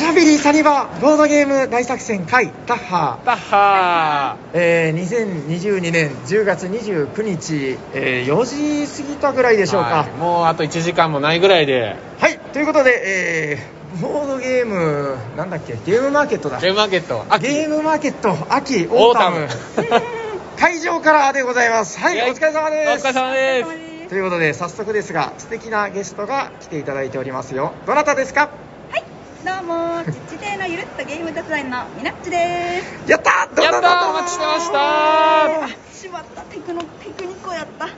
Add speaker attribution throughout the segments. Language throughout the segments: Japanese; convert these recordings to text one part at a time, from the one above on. Speaker 1: しゃべりサニバボードゲーム大作戦会タッハー
Speaker 2: タッハ
Speaker 1: えー、2022年10月29日、えー4時過ぎたぐらい
Speaker 2: ー
Speaker 1: でしょうか
Speaker 2: はいもうあと1時間もないぐらいで
Speaker 1: はい、ということで、えー、ボードゲームなんだっけゲームマーケットだ
Speaker 2: ゲームマーケット秋
Speaker 1: ゲームマーケット秋
Speaker 2: オ
Speaker 1: オー
Speaker 2: ータ
Speaker 1: タ
Speaker 2: ム
Speaker 1: ム会場からでございますはい
Speaker 2: イェイ
Speaker 1: お疲れ様です
Speaker 2: お疲れ様です
Speaker 1: ということで早速ですが素敵なゲストが来ていただいておりますよどなたですか
Speaker 3: はい、どうも、ちっち亭のゆるっとゲーム雑談のみなっちです。
Speaker 1: やったーどう
Speaker 2: や
Speaker 1: だ
Speaker 2: ったー
Speaker 1: ど
Speaker 2: お
Speaker 1: うだ
Speaker 2: 待ちしてまし
Speaker 3: あ
Speaker 2: た、
Speaker 3: しまった、テクノ、テクニコやった。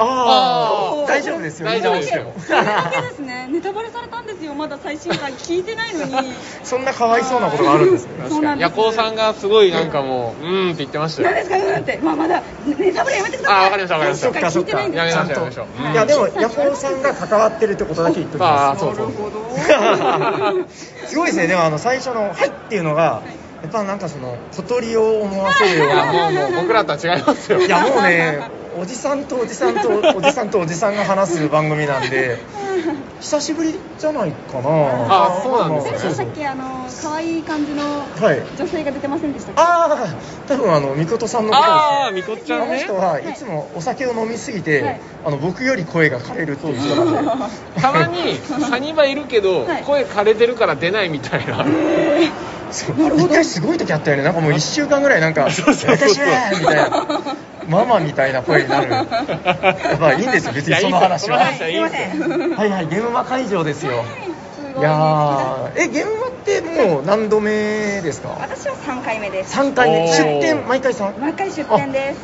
Speaker 1: あ
Speaker 2: お
Speaker 1: ー大丈夫ですよ
Speaker 2: 大丈夫ですよ
Speaker 3: それだけですね、 ネタバレされたんですよ、まだ最新回聞いてないのに。
Speaker 1: そんなかわいそうなことがあるんですね
Speaker 3: そうなんです
Speaker 2: 夜行さんがすごいなんかもう、うーんって言ってました
Speaker 3: 何
Speaker 2: よ
Speaker 3: ですか、うんって、まあ、まだ、ネタバレやめてください。
Speaker 2: あわかりましたわかりました
Speaker 1: そっかそっ
Speaker 3: 聞いてな
Speaker 1: か
Speaker 3: いんです
Speaker 2: やめ
Speaker 3: よ
Speaker 2: ましょう
Speaker 1: ち
Speaker 2: や
Speaker 1: ゃんと
Speaker 2: めましょううん
Speaker 1: いやでもヤコウさんが関わってるってことだけ言っとき
Speaker 2: あ
Speaker 1: ま
Speaker 2: ー
Speaker 1: す
Speaker 2: そうそう
Speaker 3: なるほど
Speaker 1: すごいですねでもあの最初の「はい」っていうのがやっぱなんかその小鳥を思わせ
Speaker 2: い
Speaker 1: るよう
Speaker 2: や
Speaker 1: な
Speaker 2: もうもう僕らとは違いますよ
Speaker 1: いやもうねおじさんとおじさんとおじさんとおじさんが話す番組なんで久しぶりじゃないかな
Speaker 2: あそうなんですね
Speaker 3: それでしたっけ、あの、可愛い感じの
Speaker 1: はい
Speaker 3: 女性が出てませんでしたっけ。
Speaker 1: ああ多分あのみことさんの声ですね
Speaker 2: ああみこっちゃ
Speaker 1: あ
Speaker 2: ん
Speaker 1: の
Speaker 2: ね
Speaker 1: 人はいつもお酒を飲みすぎて、
Speaker 3: はい
Speaker 1: あの僕より声が枯れるっていう人なんで
Speaker 2: たまにサニバいるけど、
Speaker 3: はい
Speaker 2: 声枯れてるから出ないみたいな
Speaker 1: そう一回すごい時あったよねなんかもう1週間ぐらいなんか「私
Speaker 2: そうそうそう
Speaker 1: は!」みたいな「ママ」みたいな声になるやっぱいいんですよ別にその話は
Speaker 2: やいいですよその話はいいですよ
Speaker 3: すいません。
Speaker 1: はいはいゲームマ会場ですよ
Speaker 3: すごいね
Speaker 1: いやーえゲームマってもう何度目ですか
Speaker 3: 私は三回目です。
Speaker 1: 3回
Speaker 2: お
Speaker 1: 目
Speaker 2: ー
Speaker 1: 出店毎回3
Speaker 3: 毎回出店です。はい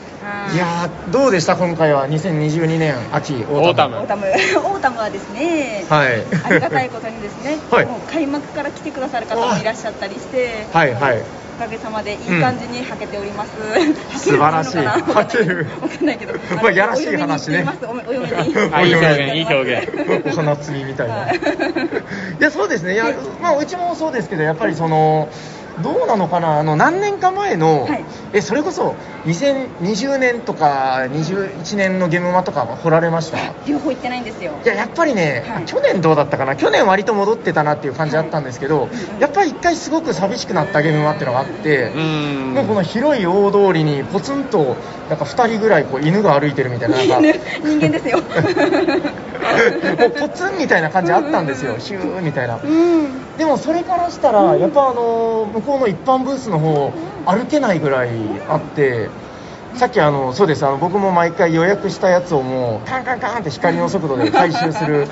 Speaker 1: いやーどうでした今回は2022年秋
Speaker 2: オ
Speaker 1: オ
Speaker 2: ー
Speaker 1: ー
Speaker 2: タ
Speaker 1: タ
Speaker 2: ム
Speaker 1: ム
Speaker 3: オータム、オ ータムはですね、
Speaker 1: はい
Speaker 3: ありがたいことにですね、
Speaker 1: はい
Speaker 3: もう開幕から来てくださる方もいらっしゃったりして、
Speaker 1: はいはい
Speaker 3: おかげさまでいい感じにはけております。
Speaker 1: 素晴らしい
Speaker 3: はけてる
Speaker 1: はける
Speaker 3: のかなわかんないけど、わかんないけど
Speaker 1: まあやらしい話ね
Speaker 3: お嫁に行っています
Speaker 2: あ
Speaker 3: お
Speaker 2: いい
Speaker 3: 嫁に
Speaker 2: 表現いい表現
Speaker 1: お 花摘みみたいな
Speaker 3: はい
Speaker 1: いやそうですねいやまあうちもそうですけどやっぱりそのどうなのかなあの何年か前の、
Speaker 3: はい
Speaker 1: えそれこそ2020年とか21年のゲームマとかは掘られましたい
Speaker 3: 両方行ってないんですよ。
Speaker 1: ややっぱりね、
Speaker 3: はい
Speaker 1: 去年どうだったかな去年割と戻ってたなっていう感じあったんですけど、やっぱり一回すごく寂しくなったゲームマっていうのがあって、
Speaker 2: うーん
Speaker 1: もうこの広い大通りにポツンとなんか2人ぐらいこう犬が歩いてるみたいななんか
Speaker 3: 犬 人間ですよ。
Speaker 1: もうポツンみたいな感じあったんですよ、ヒューみたいな。
Speaker 3: うん。
Speaker 1: でもそれからしたら、やっぱあの向こうの一般ブースの方、歩けないぐらいあって、さっきあの、そうですあの、僕も毎回予約したやつをもう、カンカンカンって光の速度で回収する、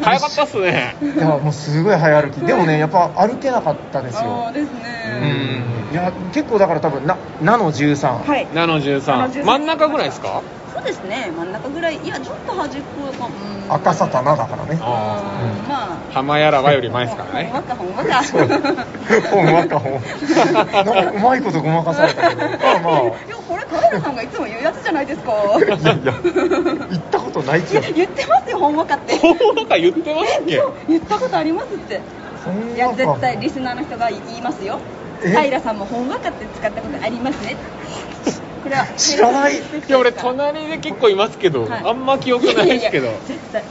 Speaker 2: 早かったっすね
Speaker 1: いやもうすごい早歩き、でもね、やっぱ歩けなかったです
Speaker 3: そう
Speaker 1: よ。
Speaker 3: です
Speaker 1: う
Speaker 3: ね。
Speaker 1: んいや結構だから多分な、なの13、
Speaker 3: はい。
Speaker 2: 7の13
Speaker 3: 13
Speaker 2: 真ん中ぐらいですか
Speaker 3: そうですね。真ん中ぐらい、いやちょっと端っこか。うん
Speaker 1: 赤さたなだからね、
Speaker 2: あ
Speaker 3: うんまあ。
Speaker 2: あ浜やらばより前ですからね
Speaker 3: ほんわかほんわか。
Speaker 1: そうほんわかほん、なんかうまいことごまかされたけど、まあま あ。
Speaker 3: いやこれカエルさんがいつも言うやつじゃないですか。
Speaker 1: いやいや、行ったことない
Speaker 3: い
Speaker 1: 気
Speaker 3: や
Speaker 1: がする。
Speaker 3: 言ってますよほんわかって。
Speaker 2: ほんわか言ってますっけ
Speaker 3: そう言ったことありますって。
Speaker 1: そん
Speaker 3: いや
Speaker 1: な
Speaker 3: 絶対
Speaker 1: か
Speaker 3: リスナーの人が言いますよ。
Speaker 1: え
Speaker 3: カイラさんもほんわかって使ったことありますね。これは
Speaker 1: 知らない
Speaker 2: いや俺隣で結構いますけど、
Speaker 3: はい
Speaker 2: あんま記憶ないですけど
Speaker 3: いやいや絶対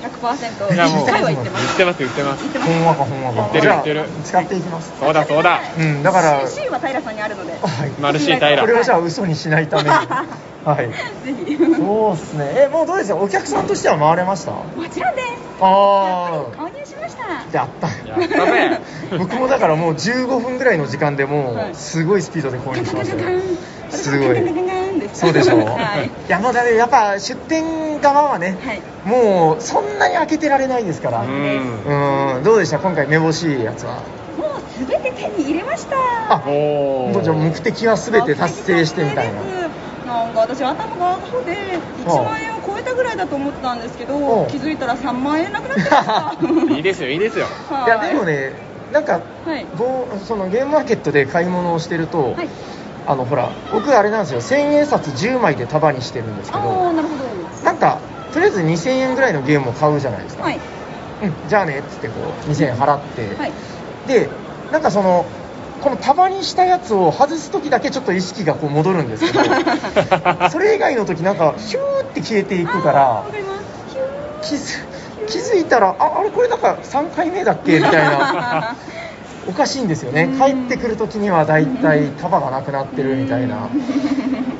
Speaker 3: 100%
Speaker 2: いやもう
Speaker 3: 一回は言ってま
Speaker 2: 言っ
Speaker 3: す。
Speaker 2: てます言ってます
Speaker 1: ほんわかほんわか。
Speaker 2: 言ってる言ってる
Speaker 1: じゃあ使っていきます。
Speaker 2: そうだそうだ
Speaker 1: うん、だから、
Speaker 3: C は平さんにあるので。
Speaker 1: はい
Speaker 2: マルシー平
Speaker 1: これをじゃあ嘘にしないために。はい。
Speaker 3: ぜひ。
Speaker 1: そうですね。え、もうどうですかお客さんとしては回れました
Speaker 3: もちろんです。
Speaker 1: ああ。
Speaker 3: 購入しました。
Speaker 1: やった。
Speaker 2: やったね
Speaker 1: 僕もだからもう15分ぐらいの時間でも
Speaker 3: は
Speaker 1: う
Speaker 3: い
Speaker 1: すごいスピードで購入しました よすごい
Speaker 3: い
Speaker 1: そうでしょう、
Speaker 3: はいい、
Speaker 1: やもうだねやっぱ出店側はね、
Speaker 3: はい
Speaker 1: もうそんなに開けてられないですから、
Speaker 2: うん
Speaker 1: うんどうでした今回めぼしいやつは
Speaker 3: もうすべて手に入れました
Speaker 1: あ
Speaker 2: お
Speaker 1: もうじゃあ目的は全て達成してみたいな
Speaker 3: なんか私頭がアホで1万円を超えたぐらいだと思ったんですけ
Speaker 1: お
Speaker 3: ど
Speaker 1: う
Speaker 3: 気づいたら3万円なくなってました
Speaker 2: いいですよいいですよ
Speaker 3: はい
Speaker 1: やでもねなんか
Speaker 3: はい
Speaker 1: ぼそのゲームマーケットで買い物をしてると、
Speaker 3: はい
Speaker 1: あのほら僕あれなんですよ1000円札10枚で束にしてるんですけ
Speaker 3: ああ
Speaker 1: ど
Speaker 3: なるほど
Speaker 1: なんかとりあえず2000円ぐらいのゲームを買うじゃないですか、
Speaker 3: はい
Speaker 1: うん、じゃあねっつってこう2000円払って、
Speaker 3: はい
Speaker 1: でなんかそのこの束にしたやつを外す時だけちょっと意識がこう戻るんですけど それ以外の時なんかヒューって消えていくか
Speaker 3: あーわ
Speaker 1: ら
Speaker 3: かりますヒュ ー。
Speaker 1: 気づ気づいたらああれこれなんか3回目だっけみたいなおかしいんですよね、
Speaker 3: うん
Speaker 1: 帰ってくる時には大体束がなくなってるみたいな、い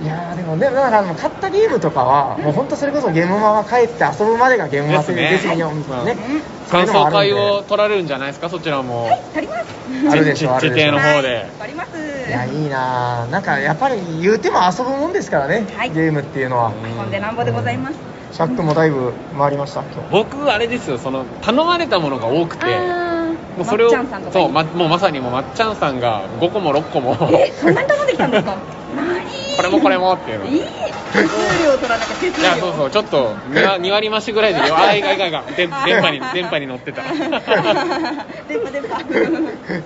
Speaker 1: やーでもね、だからあの買ったゲームとかは、もう本当それこそゲームマは帰って遊ぶまでがゲームマという
Speaker 2: ですね
Speaker 1: ですよ、みたいなね
Speaker 3: うん、
Speaker 1: そういう
Speaker 2: 感
Speaker 1: のもあ
Speaker 2: 想
Speaker 1: るんで
Speaker 2: 会を取られるんじゃないですかそちらも
Speaker 3: はい、足ります。
Speaker 1: あるでしょ、あ
Speaker 2: ち
Speaker 1: る
Speaker 2: ち
Speaker 1: でし
Speaker 2: 地
Speaker 1: ょ
Speaker 2: 底の。方で
Speaker 3: はい足ります。
Speaker 1: いやいいなーなんかやっぱり言うても遊ぶもんですからね、
Speaker 3: はい
Speaker 1: ゲームっていうのは、
Speaker 2: うん
Speaker 3: ほんでなんぼでございます。
Speaker 1: シャックもだいぶ回りました今日
Speaker 2: 僕あれですよその頼まれたものが多くて
Speaker 3: あー
Speaker 2: もうそれを
Speaker 3: まっちゃんさんとか
Speaker 2: そうまもうまさにもうまっちゃんさんが5個も6個も
Speaker 3: え、
Speaker 2: こ
Speaker 3: そんなに頼んできた んですか。なに。
Speaker 2: れもこれもっていうの
Speaker 3: いい。手数料取らなきゃ手数
Speaker 2: い
Speaker 3: 料。
Speaker 2: やそうそうちょっと 2, 割増しぐらいでよあーいがいがいがで電波に電波に乗って た
Speaker 3: 電波 電波。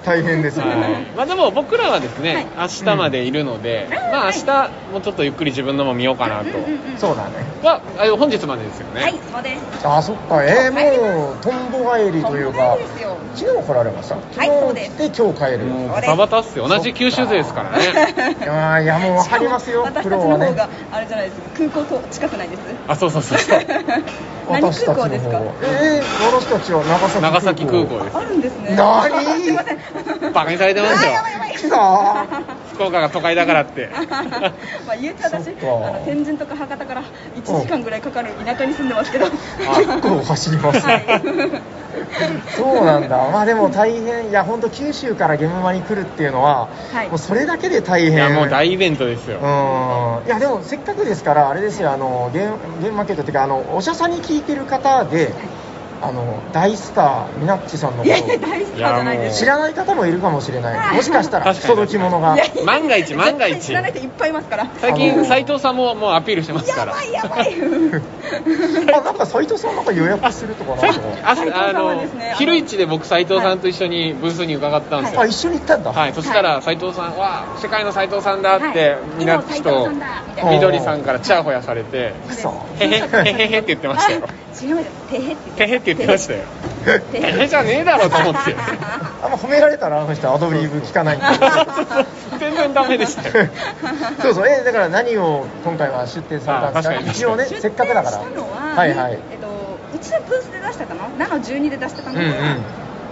Speaker 1: 大変ですよ、
Speaker 2: はいまあでも僕らはですね、明日までいるので、
Speaker 3: うん
Speaker 2: ま
Speaker 3: は
Speaker 2: あ
Speaker 3: い
Speaker 2: 明日もちょっとゆっくり自分のも見ようかなと、
Speaker 3: うんうんうん
Speaker 1: そうだね
Speaker 2: があ本日までですよね、
Speaker 3: はい、そう です。
Speaker 1: あそっかえー、
Speaker 3: 帰ります
Speaker 1: もうとんぼ帰りというか
Speaker 3: とんぼ帰りですよ
Speaker 1: 昨日来られました
Speaker 3: いそう
Speaker 1: 昨
Speaker 3: で
Speaker 1: 日
Speaker 3: す
Speaker 1: 来て今日帰る、
Speaker 2: もう
Speaker 3: あ
Speaker 2: バ
Speaker 3: れ
Speaker 2: タバタっすよ同じ九州勢ですからね
Speaker 1: いやーいやもう分かりますよ
Speaker 3: しかも
Speaker 1: プ
Speaker 3: 私たち
Speaker 1: ロ
Speaker 3: の方
Speaker 1: はね
Speaker 3: があれじゃないですか。空港と近くないです。
Speaker 2: あそうそうそうそう
Speaker 3: 何
Speaker 1: 私たちの方
Speaker 3: 空港ですか。
Speaker 1: えー、私たちは長崎空港
Speaker 2: 長崎空港です
Speaker 3: あるんです
Speaker 1: な
Speaker 3: ね。
Speaker 1: に
Speaker 3: あすいません。
Speaker 2: バカにされてますよ
Speaker 3: あやばいやばい
Speaker 1: くそー
Speaker 2: 福岡が都会だから って
Speaker 3: まあ言うて私
Speaker 1: そ
Speaker 3: あ
Speaker 1: っか
Speaker 3: の天神とか博多から1時間ぐらいかかる田舎に住んでますけど
Speaker 1: 結構走りますねそうなんだ、まあでも大変、いや、本当、九州から現場に来るっていうのは、
Speaker 3: はい
Speaker 1: もうそれだけで大変、
Speaker 2: いやもう大イベントですよ、
Speaker 1: うんいやでもせっかくですから、あれですよ、あのゲームゲームマーケットっていうか、あのおしゃさんに聞いてる方で、あの大スター、みなっちさんの
Speaker 3: い
Speaker 1: こ
Speaker 3: やいや
Speaker 1: と
Speaker 3: 大好きじゃないで
Speaker 1: 知
Speaker 3: す
Speaker 1: らない方もいるかもしれない、もしかしたら
Speaker 2: 確かに
Speaker 1: 不届き者が
Speaker 3: いやい。や
Speaker 2: 万が一万が一
Speaker 3: 絶対知らない人いっぱいいますから
Speaker 2: 最
Speaker 1: あの
Speaker 2: 近斉藤さんももうアピールしてますか
Speaker 3: や
Speaker 2: ら
Speaker 3: ばいや ばい
Speaker 1: あなんか斉藤さんなんか予約するとかなんか
Speaker 2: あ
Speaker 3: 斉藤さ
Speaker 2: あ
Speaker 3: んは
Speaker 2: の
Speaker 3: ですねあの
Speaker 2: 昼一で僕斉藤さんと一緒にブースに伺ったんですよ、
Speaker 1: あ一緒に行ったんだ、
Speaker 2: はい、そしたら斉藤さんは世界の斉藤さんだって、
Speaker 3: はい
Speaker 2: みなっちと
Speaker 3: 今の斉藤さんだみ
Speaker 1: たいな
Speaker 2: みどりさんからチヤホヤされて
Speaker 1: くそ
Speaker 2: へへへへへって言ってましたよ
Speaker 3: はい違うよてへって
Speaker 2: てへって言ってましたよ
Speaker 3: て
Speaker 2: て
Speaker 3: へ
Speaker 2: へじゃねえだろと思って
Speaker 1: あんま褒められたらあの人アドリブ聞か ないんで
Speaker 2: 全然ダメでしたよ
Speaker 1: そうそう、えだから何を今回は出店されたん
Speaker 2: あ確か
Speaker 1: で
Speaker 2: に
Speaker 1: すか一応ね、
Speaker 3: 出
Speaker 1: せっかくだ
Speaker 3: 店
Speaker 1: か
Speaker 3: し
Speaker 1: ら
Speaker 3: たのは、
Speaker 1: はいはい
Speaker 3: えっと、うちのブースで出したかななの12で出したかな、
Speaker 1: うんうん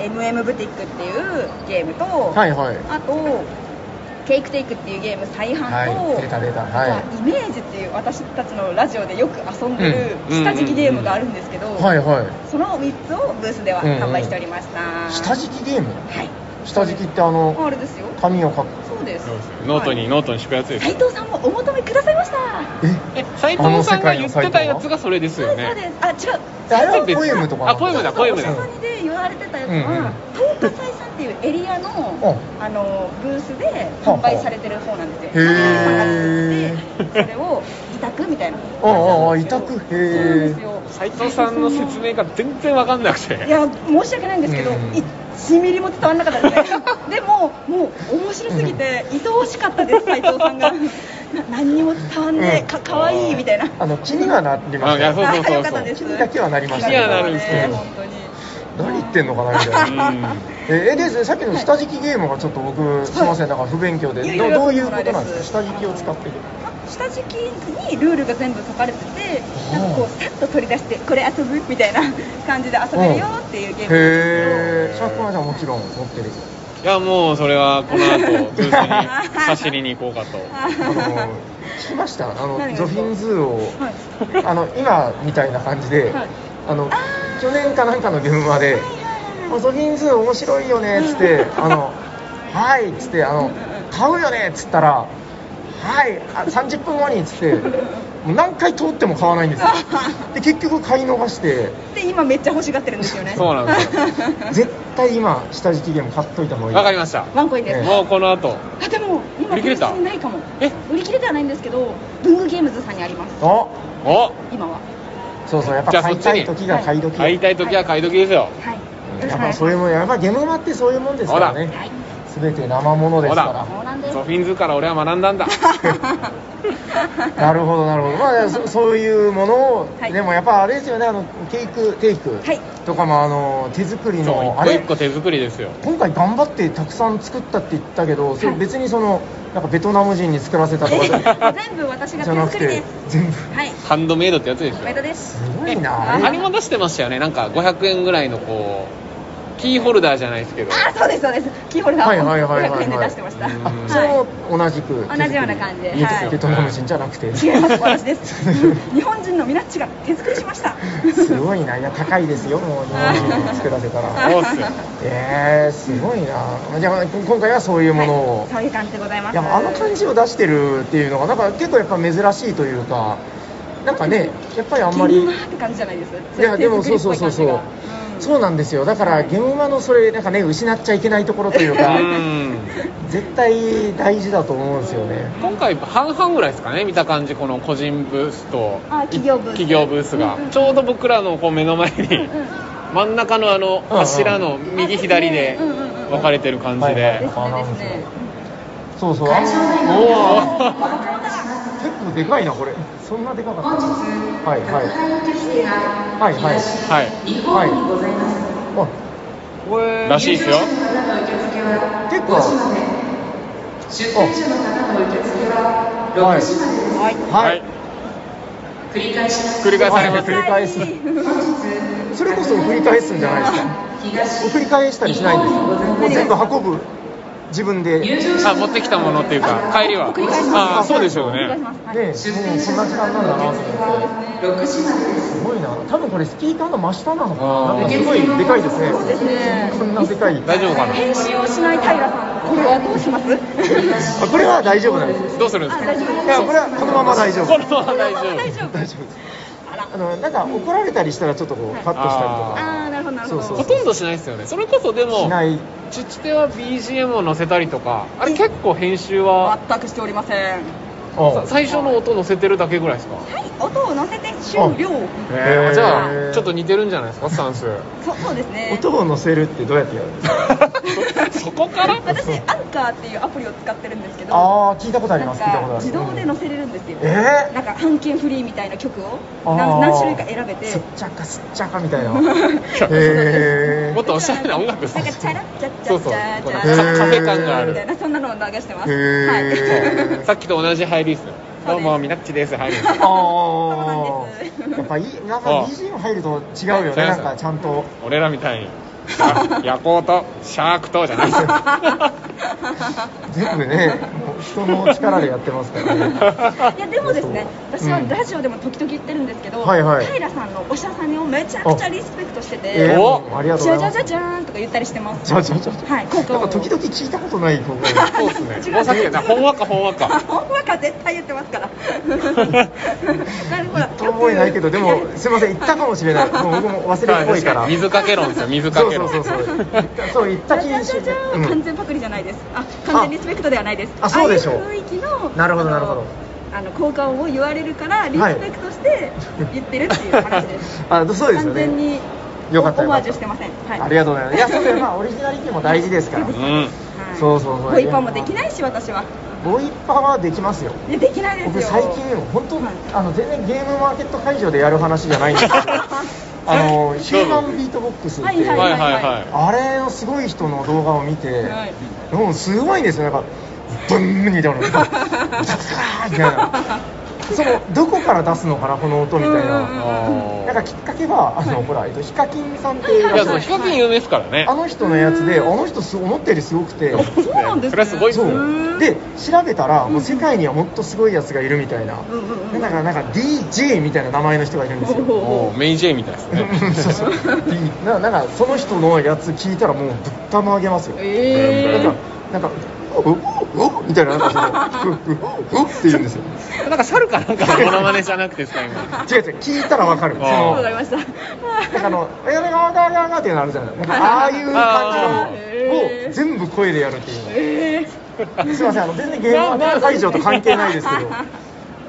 Speaker 3: MM ブティックっていうゲームと、
Speaker 1: はいはい
Speaker 3: あとケイクテイクっていうゲーム再販と、
Speaker 1: はい出た出たはい
Speaker 3: あとイメージっていう私たちのラジオでよく遊んでる
Speaker 2: うん
Speaker 3: 下敷きゲームがあるんですけど、
Speaker 1: はいは
Speaker 3: その3つをブースでは販売しておりました、
Speaker 1: い下敷きゲーム
Speaker 3: はい
Speaker 1: 下敷きってあ
Speaker 3: あ
Speaker 1: の
Speaker 3: れですよ
Speaker 1: 紙を書く
Speaker 3: そうです
Speaker 2: ノートにノートに敷くやつです
Speaker 3: 斉
Speaker 2: よ
Speaker 3: 藤さんもお求めくださいました
Speaker 1: え
Speaker 2: え斉藤さんが言ってたやつがそれですよ
Speaker 3: そうで
Speaker 2: ね
Speaker 3: すそうですあ違う
Speaker 1: あれはポエムとか
Speaker 2: あポエムだポエムだ
Speaker 3: おしゃさにで言われてたやつ
Speaker 1: うんうん
Speaker 3: は東華祭さんっていうエリアのあのブースで販売されてる方なんですよ
Speaker 1: へー
Speaker 3: でそれを委託みたいな
Speaker 1: ああああ委託へー
Speaker 3: そうなんですよ
Speaker 2: 斉藤さんの説明が全然わかんなくて
Speaker 3: いや申し訳ないんですけど、
Speaker 1: うん
Speaker 3: 1ミリも伝わらなかったですねでももう面白すぎて愛おしかったです斉藤さんがな何にも伝わんねえかかわいいみたいな
Speaker 1: あの気にはなりまし
Speaker 2: あい
Speaker 1: た
Speaker 2: やそう
Speaker 1: よ
Speaker 2: そう
Speaker 3: あよかったです
Speaker 1: 気にだけはなりました
Speaker 2: けど気にはなるんですけど
Speaker 3: ね本当に
Speaker 1: 何言ってんのかなみたいな
Speaker 2: うん
Speaker 1: ええでさっきの下敷きゲームがちょっと僕すいませんなんか不勉強で
Speaker 3: いやい
Speaker 1: ど
Speaker 3: や
Speaker 1: どういうことなんですか
Speaker 3: そん
Speaker 1: 下
Speaker 3: な
Speaker 1: 敷
Speaker 3: こ
Speaker 1: き
Speaker 3: と
Speaker 1: を
Speaker 3: ない
Speaker 1: 使って
Speaker 3: です
Speaker 1: る
Speaker 3: 下敷きにルールが全部書かれてて
Speaker 1: あ
Speaker 3: なんかこうさっと取り出してこれ遊ぶみたいな感じで遊べるよっていうゲームなんです
Speaker 1: へえシャークマンさんもちろん持ってる
Speaker 2: いやもうそれはこの後ブースに差し入れに行こうかと
Speaker 1: あの
Speaker 3: けど
Speaker 1: 聞きましたあの
Speaker 3: 何です
Speaker 1: ゾ
Speaker 3: か
Speaker 1: フィンズーを、
Speaker 3: はい
Speaker 1: あの今みたいな感じで、
Speaker 3: はい
Speaker 1: あの去年かなんかの現場で「ゾフィンズー面白いよね」っつって「あのはい」っつってあの「買うよね」っつったら「はいあ30分後に」っつってもう何回通っても買わないん ですよで結局買い逃して
Speaker 3: で今めっちゃ欲しがってるんですよね
Speaker 2: そうなんですよ
Speaker 1: 絶対今下敷きゲーム買っといた方がいい
Speaker 2: わかりました
Speaker 3: ワンコインです、
Speaker 1: え
Speaker 2: もうこの後
Speaker 3: あでも今
Speaker 2: 売り切れた
Speaker 3: ブースにないかも
Speaker 2: え
Speaker 3: 売り切れではないんですけど文具ゲームズさんにあります
Speaker 1: お
Speaker 2: お
Speaker 3: 今は
Speaker 1: そうそうやっぱ
Speaker 2: じゃあ
Speaker 1: 買いたい
Speaker 2: そっち
Speaker 1: 時が買い時
Speaker 2: 会いたい時は買い時ですよ
Speaker 3: はい
Speaker 1: やっぱそういうもんやっぱゲームマってそういうもんですからね
Speaker 3: はい
Speaker 1: 全て生ものですから
Speaker 3: そうなんです
Speaker 2: ゾフィンズから俺は学ん だんだ
Speaker 1: なるほどなるほど、まあ、そそういうものを、
Speaker 3: はい
Speaker 1: でもやっぱあれですよねあのケイクテイク
Speaker 3: はい
Speaker 1: とかもあの手作り
Speaker 2: そう
Speaker 1: のあ
Speaker 2: 一個一
Speaker 1: れ
Speaker 2: 個手作りですよ
Speaker 1: 今回頑張ってたくさん作ったって言ったけどそれ
Speaker 3: はい
Speaker 1: 別にそのなんかベトナム人に作らせたとかじゃ
Speaker 3: え 全部私が
Speaker 1: じゃな
Speaker 3: 手
Speaker 1: く
Speaker 3: 作りで
Speaker 1: て
Speaker 3: す
Speaker 1: 全部
Speaker 3: はい
Speaker 2: ハンドメイドってやつです
Speaker 3: お
Speaker 2: よ
Speaker 3: めでとうです
Speaker 1: すごい
Speaker 2: え
Speaker 1: な
Speaker 2: あ
Speaker 1: あ
Speaker 2: れ
Speaker 1: れ
Speaker 2: も出してましたよねなんか500円ぐらいのこうキーホルダーじゃないです けど
Speaker 3: あそうですそうですキーホルダーを
Speaker 1: はいはいはいはい
Speaker 3: 500円で出してました、
Speaker 2: うん
Speaker 1: あそれも同じく
Speaker 3: 同じような感じで
Speaker 1: いいです
Speaker 3: は
Speaker 1: よ
Speaker 3: い
Speaker 1: ベトナム人じゃなくて
Speaker 3: 違います私です 日本人のみなっちが手作りしました
Speaker 1: すごいないや高いですよもう日本人に作らせ た
Speaker 2: そ
Speaker 1: ら
Speaker 2: うっすよ
Speaker 1: えー、すごいなじゃあ今回はそういうものを、
Speaker 3: そういう感じでございます
Speaker 1: いやあの感じを出してるっていうのがなんか結構やっぱ珍しいというかなんかねやっぱりあんまり
Speaker 3: ゲームマーって感じじゃないです
Speaker 1: いやでもそうそうそうそうそううなんですよだからゲームマのそれなんかね失っちゃいけないところという
Speaker 2: う
Speaker 1: か
Speaker 2: ん
Speaker 1: 絶対大事だと思うんですよね
Speaker 2: 今回半々ぐらいですかね見た感じこの個人ブースと
Speaker 3: あ企業ブース
Speaker 2: 企業ブースが
Speaker 3: うんうん
Speaker 2: ちょうど僕らのこう目の前に
Speaker 3: んうん
Speaker 2: 真ん中のあの
Speaker 1: うん
Speaker 2: 柱の右左で
Speaker 3: うんうんうんうん
Speaker 2: 分かれてる感じ
Speaker 1: はいはい
Speaker 2: で
Speaker 3: ですねですね
Speaker 1: そうそうあ
Speaker 2: お
Speaker 1: の
Speaker 2: お
Speaker 1: 結構でかいなこれそんなでかかったはいはいはいはい
Speaker 2: はい
Speaker 1: はい
Speaker 2: これらしいですよ
Speaker 1: あ結構出店者の方の受付
Speaker 3: はい
Speaker 1: はい、はい
Speaker 2: 繰り返されます
Speaker 1: 繰り返すそれこそ振り返すんじゃないですか振り返したりしないんですよもう全部運ぶ自分でね
Speaker 2: あ持ってきたものっていうか帰りは
Speaker 3: 繰り返します
Speaker 2: あそうでしょう
Speaker 3: 繰り返
Speaker 2: ね
Speaker 3: しますはい
Speaker 1: もうそんな時間なんだなと思ってすごいな多分これスキーカーの真下なのか
Speaker 2: あ
Speaker 1: なな
Speaker 2: ー
Speaker 1: んかすごいでかいです
Speaker 3: そうです
Speaker 1: ね
Speaker 3: ね
Speaker 1: こんなでかい
Speaker 2: 大丈夫かな
Speaker 3: 編集をしない平さんこれはどうします
Speaker 1: あこれは大丈夫なんです
Speaker 2: どうするんです
Speaker 3: あ
Speaker 2: か
Speaker 3: 大丈夫
Speaker 1: いやこれはこのまま大丈夫
Speaker 2: このまま大丈
Speaker 3: 大
Speaker 2: 夫
Speaker 3: 丈夫
Speaker 1: 大丈夫です
Speaker 3: あら
Speaker 1: あのなんか怒られたりしたらちょっとこうカットしたりとか
Speaker 3: あーなるほどなるほど
Speaker 1: そう
Speaker 2: ほとんどしないですよねそれこそで
Speaker 1: し
Speaker 2: も
Speaker 1: ない
Speaker 2: ちちては BGM を載せたりとかあれ結構編集は
Speaker 3: 全くしておりませんは
Speaker 2: さ最初の音載せてるだけぐらいですか
Speaker 3: い音を乗せて終了
Speaker 1: へー
Speaker 2: じゃあちょっと似てるんじゃないですかスタンス
Speaker 3: そうそうですね
Speaker 1: 音を乗せるってどうやって やるんですか
Speaker 2: そこから
Speaker 3: 私アンカーっていうアプリを使ってるんですけど
Speaker 1: ああ聞いたことあります聞いた
Speaker 3: な
Speaker 1: こ
Speaker 3: ん
Speaker 1: とあ
Speaker 3: か
Speaker 1: る
Speaker 3: 自動で載せれるんですよ、
Speaker 1: えー
Speaker 3: なんか半券フリーみたいな曲を
Speaker 1: あー
Speaker 3: 何何種類か選べて
Speaker 1: すっちゃかすっちゃかみたいな
Speaker 2: ー
Speaker 1: へ
Speaker 2: もっとおしゃれな音楽で
Speaker 3: ですす
Speaker 2: ね
Speaker 3: なんかチャラッチ
Speaker 2: そ
Speaker 3: ャッチャ
Speaker 2: う
Speaker 3: ッ
Speaker 2: そ
Speaker 3: チ
Speaker 2: う
Speaker 3: ャ
Speaker 2: このカ
Speaker 3: ッチャッチャ
Speaker 1: へ
Speaker 2: カフェ感があ
Speaker 3: みたい
Speaker 2: る
Speaker 3: なそんなのを流してます
Speaker 1: へー
Speaker 3: はい
Speaker 2: さっきと同じ入りですねどうもみなっちです入 りです
Speaker 1: あ
Speaker 3: そ
Speaker 1: あ
Speaker 3: うなんです
Speaker 1: やっぱいいなん
Speaker 2: あ
Speaker 1: か
Speaker 2: ー
Speaker 1: BGM 入ると違うよね
Speaker 2: はい
Speaker 1: なんかちゃんと
Speaker 2: 俺らみたいにあ夜行とシャークとじゃないですよ
Speaker 1: 全部ねもう人の力でやってますからね
Speaker 3: いやでもですね
Speaker 1: そう
Speaker 3: 私は
Speaker 1: うん
Speaker 3: ラジオでも時々言ってるんですけど、
Speaker 1: はいはい
Speaker 3: 平さんのお医者さんをめちゃくちゃリスペクトしてて
Speaker 1: えー
Speaker 2: お
Speaker 1: もうありがとう
Speaker 3: じ
Speaker 1: ご
Speaker 3: ゃ
Speaker 1: ざ
Speaker 3: じ
Speaker 1: い
Speaker 3: ゃ
Speaker 1: ます
Speaker 3: じゃじゃーんとか言ったりしてます
Speaker 1: じゃじゃじゃじゃ
Speaker 3: はい効果
Speaker 1: なん
Speaker 3: を
Speaker 1: か時々聞いたことないここ
Speaker 2: そうです ねもうさっきのほんわかほんわか
Speaker 3: ほんわか絶対言ってますから なるほど
Speaker 1: と思えないけどでもすいません言ったかもしれない もう僕も忘れっぽいから
Speaker 2: 水かけ論ですよ水かけ論
Speaker 1: そうそうそうそう言ったそう言っ
Speaker 3: じ
Speaker 1: た
Speaker 3: ゃ
Speaker 1: 気
Speaker 3: じゃ
Speaker 1: にし
Speaker 3: じゃじゃー
Speaker 1: うん
Speaker 3: ん完全パクリじゃないですあ完全リスペクトではないです
Speaker 1: あそうでしょう
Speaker 3: ああいう雰囲気の
Speaker 1: なるほどなるほど
Speaker 3: あの効果音を言われるからリスペクトして言ってるっていう話です、
Speaker 1: あ そうですよ
Speaker 3: 完全
Speaker 1: ね
Speaker 3: に
Speaker 1: よかった
Speaker 3: オ
Speaker 1: よ
Speaker 3: マ
Speaker 1: か
Speaker 3: ー
Speaker 1: っ
Speaker 3: ジュしてませんはい
Speaker 1: たありがとうございますいやそうだよまあオリジナリティも大事ですから
Speaker 2: う
Speaker 1: ボ
Speaker 2: ん
Speaker 3: はい
Speaker 1: そうそうそう
Speaker 3: ボイパもできないし私は
Speaker 1: イパはできますよ
Speaker 3: いやできないですよ
Speaker 1: 僕最近 本当
Speaker 3: はい
Speaker 1: あの全然ゲームマーケット会場でやる話じゃないんです けどあのヒューマンビートボックスっていう
Speaker 2: はいはいはい
Speaker 1: あれのすごい人の動画を見て、
Speaker 3: はい
Speaker 1: もうすごいんですよ、なんか、ブンみたい な、ザーみたいな、そのどこから出すのかな、この音みたい
Speaker 3: うん
Speaker 1: な、
Speaker 2: あ
Speaker 1: なんかきっかけは、あのほら、えっとヒカキンさんっていう
Speaker 2: ーいや
Speaker 1: 方
Speaker 2: そ
Speaker 1: が
Speaker 2: のヒカキン有名ですからね
Speaker 1: あの人のやつで、あの人す、思ったよりすごくて。
Speaker 3: そうなんですね
Speaker 2: それはすごいっす
Speaker 1: そ
Speaker 2: ね
Speaker 1: うで調べたらもう世界にはもっとすごいやつがいるみたいな、
Speaker 3: うんうんうん
Speaker 1: でなんかなんか DJ みたいな名前の人がいるんですよ、
Speaker 3: ほうほう
Speaker 2: もうメイジェイみたいですね
Speaker 1: うん そうそうななんかその人のやつ聞いたらもうぶったまげますよ、
Speaker 3: え
Speaker 1: なんかなんか「うおおみたいななんかその「うおおって言うんですよ
Speaker 2: なんか猿かなんかのモノマネじゃなくてですか今
Speaker 1: 違う違う聞いたらわかるそ
Speaker 2: あー
Speaker 3: ー、
Speaker 1: の
Speaker 3: わか
Speaker 1: な
Speaker 3: り
Speaker 1: んか
Speaker 3: ました
Speaker 1: あの「えやがわがわがわ」っていうのあるじゃないなんかああいう
Speaker 2: あ
Speaker 1: 感じの
Speaker 3: ー
Speaker 1: を全部声でやるっていう
Speaker 3: え
Speaker 1: すいませんあの全然ゲームは会場と関係ないですけど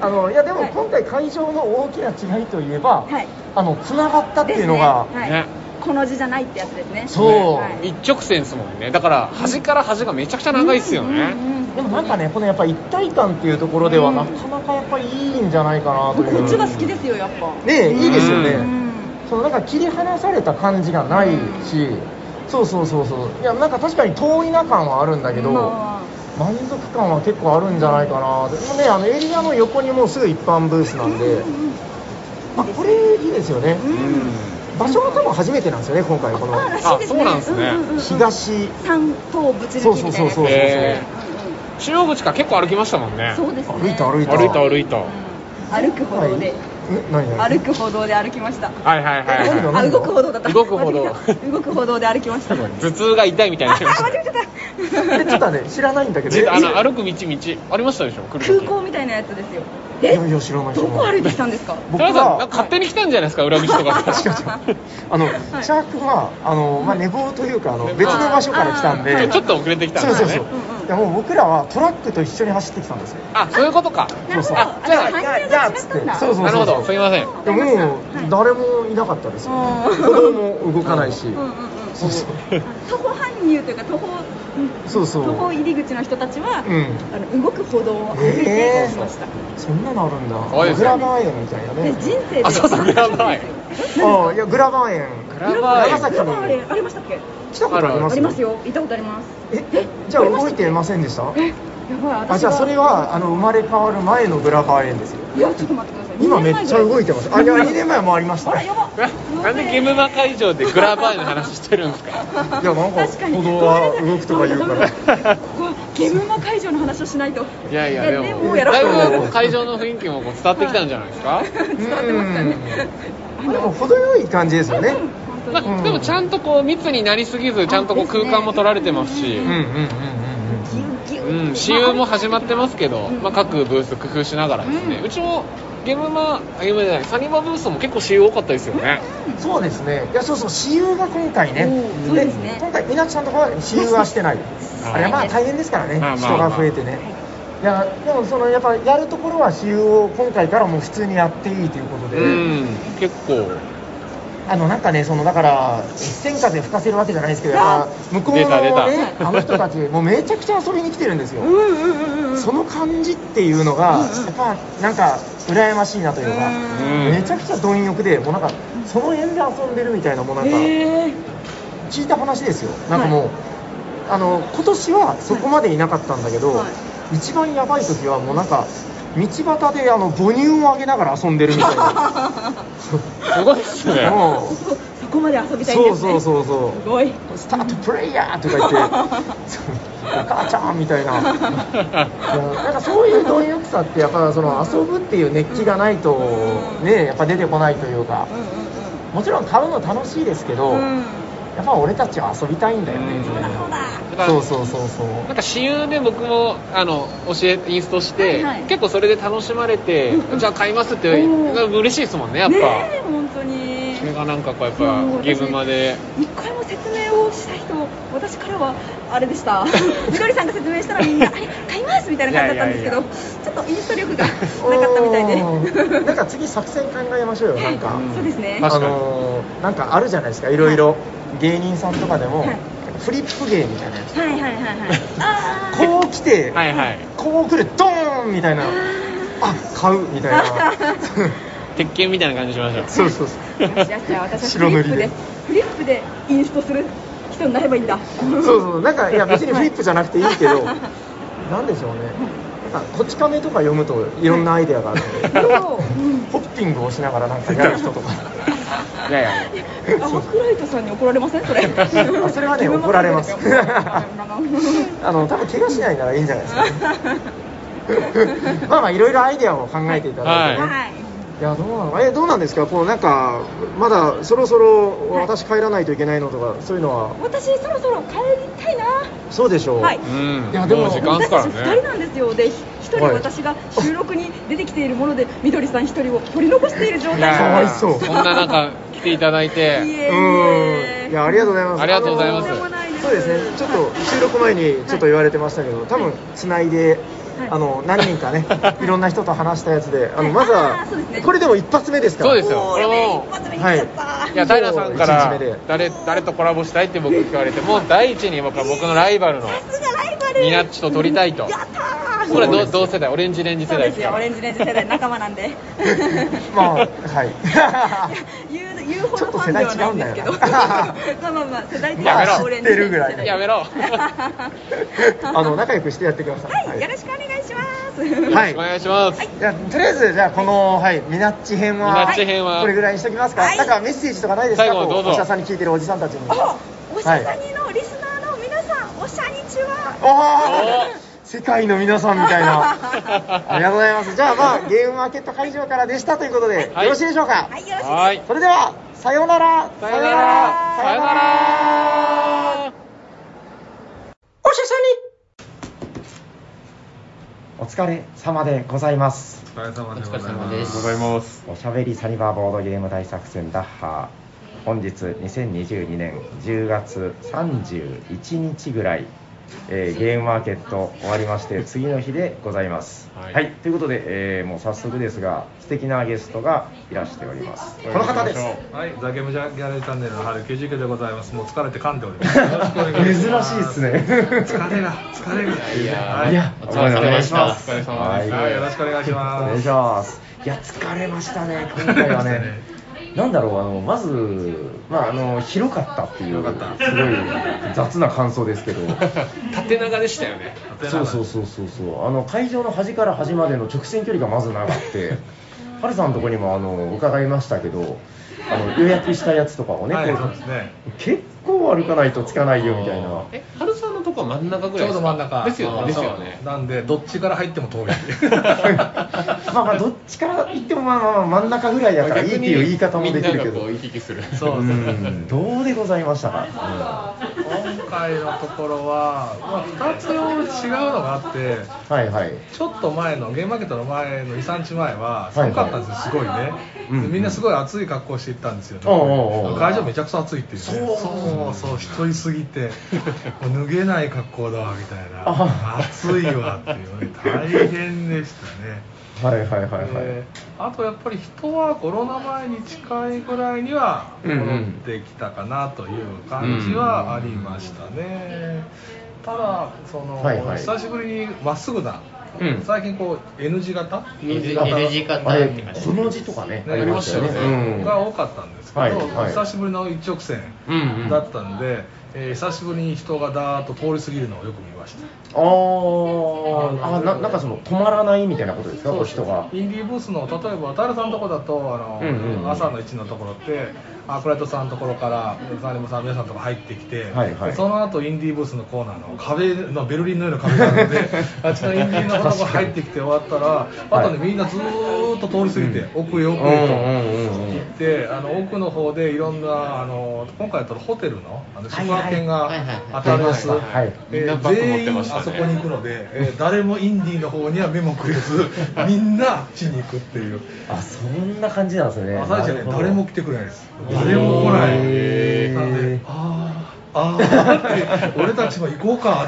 Speaker 1: あのいやでも
Speaker 3: はい
Speaker 1: 今回会場の大きな違いといえば
Speaker 3: はい
Speaker 1: あの繋がったっていうのが
Speaker 3: ですねはい
Speaker 2: ね
Speaker 3: この字じゃないってやつですね
Speaker 1: そう
Speaker 3: はい
Speaker 2: 一直線ですもんねだから端から端がめちゃくちゃ長いっすよね
Speaker 1: でもなんかねこのやっぱ一体感っていうところではなかなかやっぱりいいんじゃないかなという
Speaker 3: こっちが好きですよやっぱ
Speaker 1: ねえいいですよね、
Speaker 2: う
Speaker 1: そのなんか切り離された感じがないし、そうそうそうそういやなんか確かに遠いな感はあるんだけど、満足感は結構あるんじゃないかなでもねあのエリアの横にもうすぐ一般ブースなんで、あこれいいですよね、
Speaker 3: うん
Speaker 2: うん
Speaker 1: 場所が多分初めてなんですよね今回この
Speaker 3: あらしいです
Speaker 2: あそ
Speaker 3: ね
Speaker 2: うなんですね
Speaker 3: うう
Speaker 1: 東
Speaker 3: 三等ぶち抜きみたいなやつ
Speaker 1: そうそうそうそう
Speaker 2: へー中央口から結構歩きましたもんね
Speaker 3: そうですね
Speaker 1: 歩いた歩いた
Speaker 2: 歩いた歩いたは
Speaker 3: 歩く歩道で
Speaker 1: え何何
Speaker 3: 歩く歩道で歩きました
Speaker 2: いはいはい
Speaker 1: 何が
Speaker 2: は
Speaker 3: あ動く歩道だった
Speaker 2: 動く歩道
Speaker 3: 間違えた動く歩道で歩きましたあ
Speaker 2: い頭痛が痛いみたいな
Speaker 3: 間違えちゃった
Speaker 1: えちょっとね知らないんだけど
Speaker 2: じあの
Speaker 1: え
Speaker 2: 歩く道道ありましたでしょ来る
Speaker 3: 空
Speaker 2: 時
Speaker 3: 港みたいなやつですよ
Speaker 1: い
Speaker 3: え
Speaker 1: やいや知らない知ら
Speaker 3: どこ
Speaker 1: な
Speaker 3: 歩
Speaker 1: い
Speaker 3: いてきたんですか
Speaker 1: 僕
Speaker 2: 田中さんなんか
Speaker 1: は
Speaker 2: 勝手に来たんじゃないですか裏口とかから
Speaker 1: 違う違う あの、シャークはあの、まあ、寝坊というかあの別の場所から来たん
Speaker 3: あ
Speaker 1: で
Speaker 3: ー
Speaker 2: ちょっと遅れてきたん
Speaker 1: そ
Speaker 2: で
Speaker 1: う
Speaker 2: す
Speaker 1: そ
Speaker 2: よ
Speaker 1: う
Speaker 2: ね
Speaker 1: そう、
Speaker 3: うんうん
Speaker 1: いやもう僕らはトラックと一緒に走ってきたんですよ
Speaker 2: あそういうことか
Speaker 3: なるほ
Speaker 1: そうそう
Speaker 3: どあ
Speaker 2: じゃあ
Speaker 3: じ
Speaker 1: じ
Speaker 3: ゃあ
Speaker 1: ゃあ
Speaker 3: 違ったん
Speaker 1: じゃあ
Speaker 3: だ
Speaker 1: つってそうそう
Speaker 2: なるほどすいません
Speaker 1: でももう誰もいなかったですよ、
Speaker 3: はい
Speaker 1: 子供も動かないし、
Speaker 3: うんうんうん
Speaker 1: そうそう
Speaker 3: 徒歩搬入というか徒歩うん
Speaker 1: そうそう
Speaker 3: 徒歩入り口の人たちは、
Speaker 1: うん
Speaker 3: あの動く歩道を歩いて移動しました、
Speaker 1: そんなのあるんだ
Speaker 2: 可愛いです
Speaker 1: グ
Speaker 2: ね
Speaker 1: ラバー園みたいなね
Speaker 3: で人生で
Speaker 2: あそうそうグラバー園
Speaker 1: ああいやグラバー園
Speaker 2: グ
Speaker 3: グラバ
Speaker 1: バー
Speaker 3: ー
Speaker 1: 園
Speaker 3: 園長崎
Speaker 1: 長崎
Speaker 3: の
Speaker 1: の
Speaker 3: あれありましたっけ
Speaker 1: 来たことあります
Speaker 3: ありますよ行ったことあります
Speaker 1: えじゃあ動いてませんでした
Speaker 3: えやばい私が
Speaker 1: あじゃあそれはあの生まれ変わる前のグラバー園ですよ
Speaker 3: いやちょっと待ってください
Speaker 1: 今めっちゃ動いてますあいや2年前もありました
Speaker 3: あらやば
Speaker 2: なんでゲムマ会場でグラバーの話してるん ですか
Speaker 1: いやなんか
Speaker 3: 確かに
Speaker 1: 歩道は動くとか言うか
Speaker 3: ごめんなさい
Speaker 1: ら
Speaker 3: ごめんゲムマ会場の話をしないと
Speaker 2: いやいやで
Speaker 3: で
Speaker 2: も
Speaker 3: もやら
Speaker 2: だ
Speaker 3: せてもら
Speaker 2: い
Speaker 3: お
Speaker 2: ぶ
Speaker 3: う
Speaker 2: 会場の雰囲気もこう伝わってきたんじゃないですか
Speaker 3: 伝わってましたね
Speaker 1: うんでも程よい感じですよね
Speaker 3: 本当に
Speaker 2: まあでもちゃんとこう密になりすぎずちゃんとこう空間も取られてますし
Speaker 1: うんうんうんうん
Speaker 3: ギュギュ
Speaker 2: うん、私有も始まってますけど、
Speaker 3: うん
Speaker 2: まあ、各ブース工夫しながらですね、
Speaker 3: う
Speaker 2: うんちもゲームマあゲームマじゃないサニバブースも結構私有多かったですよね、
Speaker 1: うんそうですねいやそうそう私有が今回ね
Speaker 3: おーそうですね
Speaker 1: 今回みなちゃんとこは私有はしてない
Speaker 2: はい
Speaker 1: あれはまあ大変ですからね
Speaker 2: まあまあ
Speaker 1: 人が増えてねいやでもそのやっぱやるところは私有を今回からもう普通にやっていいということで
Speaker 2: うん結構
Speaker 1: あのなんかね、そのだから、実践風吹かせるわけじゃないですけど、やっぱ向こう
Speaker 2: 出た出
Speaker 1: の、ね、
Speaker 2: た
Speaker 1: あの人たち、もうめちゃくちゃ遊びに来てるんですよ、
Speaker 3: うんうんうんうん
Speaker 1: その感じっていうのが、やっぱなんか、羨ましいなというか、
Speaker 2: うん
Speaker 1: めちゃくちゃ貪欲で、もうなんか、その辺で遊んでるみたいな、もうなんか、
Speaker 3: へえ
Speaker 1: 聞いた話ですよ、なんかもう、あの今年はそこまでいなかったんだけど、
Speaker 3: は
Speaker 1: 一番やばい時は、もうなんか、道端であの母乳をあげながら遊んでるみたいな。
Speaker 2: すごいっすね
Speaker 1: もう
Speaker 3: そそこまで遊びたい
Speaker 1: そ
Speaker 3: んで
Speaker 1: う
Speaker 3: すね
Speaker 1: そうそうそう
Speaker 3: すごい
Speaker 1: スタートプレイヤーとか言っ て、お母ちゃんみたいな、いやなんかそういう貪欲さって、やっぱその遊ぶっていう熱気がないと、ね、やっぱ出てこないというか、
Speaker 3: うんうん
Speaker 1: もちろん買うの楽しいですけど、
Speaker 3: うん
Speaker 1: や
Speaker 3: うん
Speaker 1: っぱ俺たちは遊びたいんだよ
Speaker 2: う
Speaker 1: ね
Speaker 2: ん、
Speaker 1: みたいな
Speaker 3: そうだ
Speaker 2: だから
Speaker 1: そうそうそうそう、
Speaker 2: なんか私有で僕もあの教えインストして、
Speaker 3: はいはい
Speaker 2: 結構それで楽しまれて、
Speaker 3: うんうん
Speaker 2: じゃあ買いますって
Speaker 3: おー
Speaker 2: 嬉しいですもんねやっぱ、
Speaker 3: ねえ本当に
Speaker 2: それがなんかこうやっ
Speaker 3: いやもう
Speaker 2: ぱ
Speaker 3: 私
Speaker 2: ゲームまで
Speaker 3: 一回も説明をした人私からはあれでした みどりさんが説明したらみんな「あれ買います」みたいな感じだったんですけど
Speaker 2: いやい
Speaker 3: ちょっとインスト力がなかったみたいで
Speaker 1: うんなんか次、作戦考えましょ うよ、なんか。
Speaker 3: そうですね
Speaker 2: ま
Speaker 1: あ
Speaker 2: 確かに
Speaker 1: のーなんかあるじゃないですか、いろいろ、芸人さんとかでも、
Speaker 3: はい
Speaker 1: フリップ芸みたいなやつ、
Speaker 3: はいはいはいはいあー
Speaker 1: こう来 て、
Speaker 2: はいはい
Speaker 1: こう来る、ドーンみたいな、あ買うみたい な、
Speaker 2: 鉄拳みたいな感じしました
Speaker 1: そうそうそう、
Speaker 3: よしよしじゃあ私は
Speaker 1: 白
Speaker 3: フ
Speaker 1: 塗
Speaker 3: リップ
Speaker 1: り
Speaker 3: で
Speaker 1: で
Speaker 3: フリップでインストする人になればいいんだ
Speaker 1: そうそう、なんか、いや、別にフリップじゃなくていいけど、なんでしょうね、なんか、こち亀とか読むと、いろんなアイデアがあるので、
Speaker 3: そううん
Speaker 1: ホッピングをしながら、なんかやる人 とか、
Speaker 2: いやいや
Speaker 3: あホクライトさんに怒られませんそれ
Speaker 1: あそれはね怒られますあの多分怪我しないならいいんじゃないですか、 ね、まあまあ、いろいろアイデアを考えていただいてね。
Speaker 3: はい
Speaker 1: いやどうなのえどうなんですか、こうなんかまだそろそろ私帰らないといけないのとか、そういうのは、
Speaker 3: 私そろそろ帰りたいな
Speaker 1: そうでしょう、
Speaker 3: はい
Speaker 2: うん
Speaker 1: いやでも
Speaker 2: う時間ですから
Speaker 3: 私たち2
Speaker 2: ね
Speaker 3: 人なんですよで1人
Speaker 1: はい
Speaker 3: 私が収録に出てきているものでみどりさん1人を取り残している状態
Speaker 2: い
Speaker 1: かわ
Speaker 2: や
Speaker 1: いそう
Speaker 2: そんな中来ていただいて
Speaker 3: いえ
Speaker 1: うん、いやありがとうございます。
Speaker 2: ありがとうございます
Speaker 1: あの
Speaker 3: とんでもないです
Speaker 1: そうですね。ちょっと収録前にちょっと言われてましたけど、多分つないで。
Speaker 3: はい
Speaker 1: あの何人かね、いろんな人と話したやつで、あ
Speaker 3: は
Speaker 1: の
Speaker 3: い
Speaker 1: まず
Speaker 3: あ
Speaker 1: は
Speaker 3: ーそうですね
Speaker 1: これでも一発目ですから、
Speaker 2: そうですよ
Speaker 3: おーやべえ一発目に来ちゃった、
Speaker 2: いや平さんか
Speaker 1: 一日目
Speaker 2: ら
Speaker 1: で
Speaker 2: 誰誰とコラボしたいって僕聞かれてもう第一に僕は僕のライバルの
Speaker 3: さすがライバル
Speaker 2: ニナッチと取りたいと
Speaker 3: やったー
Speaker 2: これは同同世代オレンジレンジ世
Speaker 3: そう
Speaker 2: 代
Speaker 3: で
Speaker 2: ですすか
Speaker 3: よオ
Speaker 2: ら
Speaker 3: レンジレンジ世代仲間なんで
Speaker 1: まあはい
Speaker 3: 言う言うほどファンではないんですけど
Speaker 4: ちょっと世代違うんだよ
Speaker 3: まあまあまあ世代的に
Speaker 2: やめろ
Speaker 3: は高齢の人ですけど
Speaker 4: 知ってるぐらい
Speaker 2: や めろ
Speaker 4: あの仲良くしてやってください。
Speaker 3: はいよろしくお願いします
Speaker 4: はい
Speaker 2: お願いします、
Speaker 4: じゃあとりあえずじゃあこのはいミナッチ編は
Speaker 2: ミナッチ編は
Speaker 4: これぐらいにしときますか。
Speaker 3: はい
Speaker 4: なんかメッセージとかないですか？
Speaker 2: 最後どうぞ
Speaker 4: こお医者さんに聞いてるおじさんたちに。
Speaker 3: あおしゃ
Speaker 4: は
Speaker 3: さ
Speaker 4: い
Speaker 3: にのリスナーの皆さんおしゃにちは
Speaker 4: あ
Speaker 2: おー
Speaker 4: あ世界の皆さんみたい な。ありがとうございます。じゃあまあゲームマーケット会場からでしたということで、
Speaker 2: はい
Speaker 4: よろしいでしょうか。
Speaker 3: はいよろしいです
Speaker 2: はい
Speaker 4: それではさようなら。
Speaker 2: さよなら
Speaker 4: さ
Speaker 2: さ
Speaker 4: よ
Speaker 2: よ
Speaker 4: う
Speaker 2: な
Speaker 4: なら。
Speaker 2: ら
Speaker 4: お医者さんに。お疲れ様でございます。
Speaker 5: お疲れ様でございます。
Speaker 2: お疲れ様です
Speaker 5: ございます。
Speaker 4: おしゃべりサニバーボードゲーム大作戦ダッハー本日2022年10月31日ぐらい、えーゲームマーケット終わりまして次の日でございますは、
Speaker 2: はいい
Speaker 4: ということで、えーもう早速ですが素敵なゲストがいらしておりますこの方です
Speaker 5: はい、ザゲームジャギャラリーチャンネルの春99でございます。もう疲れて噛んでおります。よろしくお願いします。
Speaker 4: 珍しいっすね
Speaker 5: 疲れが、疲れが。
Speaker 2: いや
Speaker 5: はい
Speaker 2: やお疲れ様でした
Speaker 4: お疲れ様でした
Speaker 5: はいよろしくお願いします
Speaker 4: お願いしますいや疲れましたね今回は
Speaker 5: 疲れ
Speaker 4: ね
Speaker 5: ま
Speaker 4: なんだろうあのまずまああの広かったっていうすごい
Speaker 5: 広かった
Speaker 4: 雑な感想ですけど
Speaker 2: 縦長でしたよね
Speaker 4: そうそうそうそうそうあの会場の端から端までの直線距離がまず長くてハルさんのとこにもあの伺いましたけどあの予約したやつとかをね,、
Speaker 5: はい
Speaker 4: こ
Speaker 5: そうですね
Speaker 4: 結構歩かないとつかないよみたいな
Speaker 2: え春さんのとこは真ん中ぐ
Speaker 5: ち
Speaker 2: らいです
Speaker 5: ょうど
Speaker 2: か
Speaker 5: 真ん中。
Speaker 2: ですよ
Speaker 5: そ
Speaker 2: ね
Speaker 5: う
Speaker 2: ですよ ね
Speaker 5: なんで、どっちから入っても遠い。
Speaker 4: まあまあどっちから行ってもまあまあまあ真ん中ぐらいだからいいっていう言い方もできるけ
Speaker 2: みんながこ
Speaker 4: ど
Speaker 2: う行き来する
Speaker 5: そうそう
Speaker 4: うんどうでございましたか、
Speaker 5: 今回のところは、まあ、2つ違うのがあって、
Speaker 4: はいはい
Speaker 5: ちょっと前のゲームマーケットの前の遺産地前
Speaker 4: は
Speaker 5: は
Speaker 4: いはい
Speaker 5: 寒かったんですよ、すごいね、
Speaker 4: うん
Speaker 5: みんなすごい暑い格好して行ったんですよね、
Speaker 4: おうおうおう
Speaker 5: 会場めちゃくちゃ暑いっていうね、
Speaker 4: そう
Speaker 5: そうそう人いすぎて、もう脱げない格好だわみたい
Speaker 4: あ
Speaker 5: な、暑いわっていうね、大変でしたね。
Speaker 4: はいはいはいはい、
Speaker 5: えーあとやっぱり人はコロナ前に近いぐらいには
Speaker 4: うんうん
Speaker 5: 戻ってきたかなという感じはありましたね、ただその、
Speaker 4: はいはい
Speaker 5: 久しぶりにまっすぐな、
Speaker 4: うん
Speaker 5: 最近こう N 字型
Speaker 2: N 字 N 字型
Speaker 4: あれこの字とかね
Speaker 5: ね
Speaker 4: ありましたよね
Speaker 5: ありま
Speaker 4: うん
Speaker 5: が多かったんですけど、
Speaker 4: はいはい
Speaker 5: 久しぶりの一直線
Speaker 4: うんうん
Speaker 5: だったんで、えー久しぶりに人がだーっと通り過ぎるのをよく見ました
Speaker 4: あーあななんかその止まらないみたいなことですかこう人が
Speaker 5: インディーブースの例えばタルさんのとこだとあの、
Speaker 4: うんうん
Speaker 5: 朝の1のところってアクライトさんのところからサリモさん皆さんのところ入ってきて、
Speaker 4: はいはい
Speaker 5: でその後インディーブースのコーナーの壁のベルリンのような壁があるの であっちのインディーのところ入ってきて終わったらあとね、みんなずーっと通り過ぎて、奥へ奥へと。
Speaker 4: うんうんうん
Speaker 5: 行ってあの奥の方でいろんなあの今回だとホテルのあの宿泊券が
Speaker 2: はいはい
Speaker 5: 当たるやつ
Speaker 4: はいはい
Speaker 5: えー
Speaker 2: みんなバッグ持って
Speaker 5: 全員
Speaker 2: ましたね
Speaker 5: あそこに行くので、えー誰もインディーの方には目もくれずみんなあっちに行くっていう
Speaker 4: あそんな感じなんですね
Speaker 5: 朝一はね
Speaker 4: なるほど
Speaker 5: 誰も来てくれないです誰も来ない
Speaker 4: へー
Speaker 5: なんであーあーって俺たちも行こうか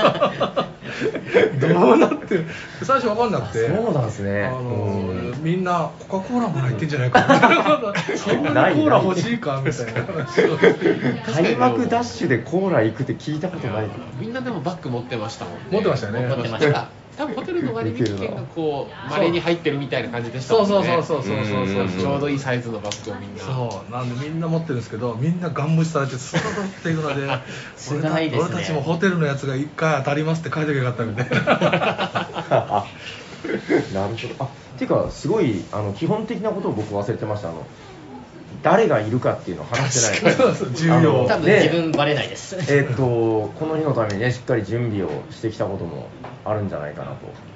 Speaker 5: っていうどうなってる最初分かんなくて
Speaker 4: そうなんですね
Speaker 5: あの
Speaker 4: うん
Speaker 5: みんなコカ・コーラもらってんじゃないかみたいなそんなにコーラ欲しいかみたいな話を
Speaker 4: 開幕ダッシュでコーラ行くって聞いたことない
Speaker 2: みんなでもバッグ持ってましたもん、ね、
Speaker 5: 持ってましたよね
Speaker 2: 持ってました多分ホテルの割引券がこうまれに入ってるみたいな感じでした
Speaker 5: そ
Speaker 2: も
Speaker 5: うんそう
Speaker 2: ね
Speaker 5: そうそうそうそうそう
Speaker 2: ちょうどいいサイズのバッグをみんな
Speaker 5: そうなんでみんな持ってるんですけどみんなガン無視されてそーっとっていくので 俺た
Speaker 6: 辛いですね
Speaker 5: 俺たちもホテルのやつが1回当たりますって書いてきゃよかったみ たいな
Speaker 4: あなるほどあっていうかすごいあの基本的なことを僕忘れてましたあの誰がいるかっていうのを話してない
Speaker 5: そうそう重要
Speaker 4: あ
Speaker 6: 多
Speaker 4: の
Speaker 6: 分
Speaker 4: ね
Speaker 6: 自分バレないです。
Speaker 4: えっとこの日のためにねしっかり準備をしてきたこともあるんじゃないかなと、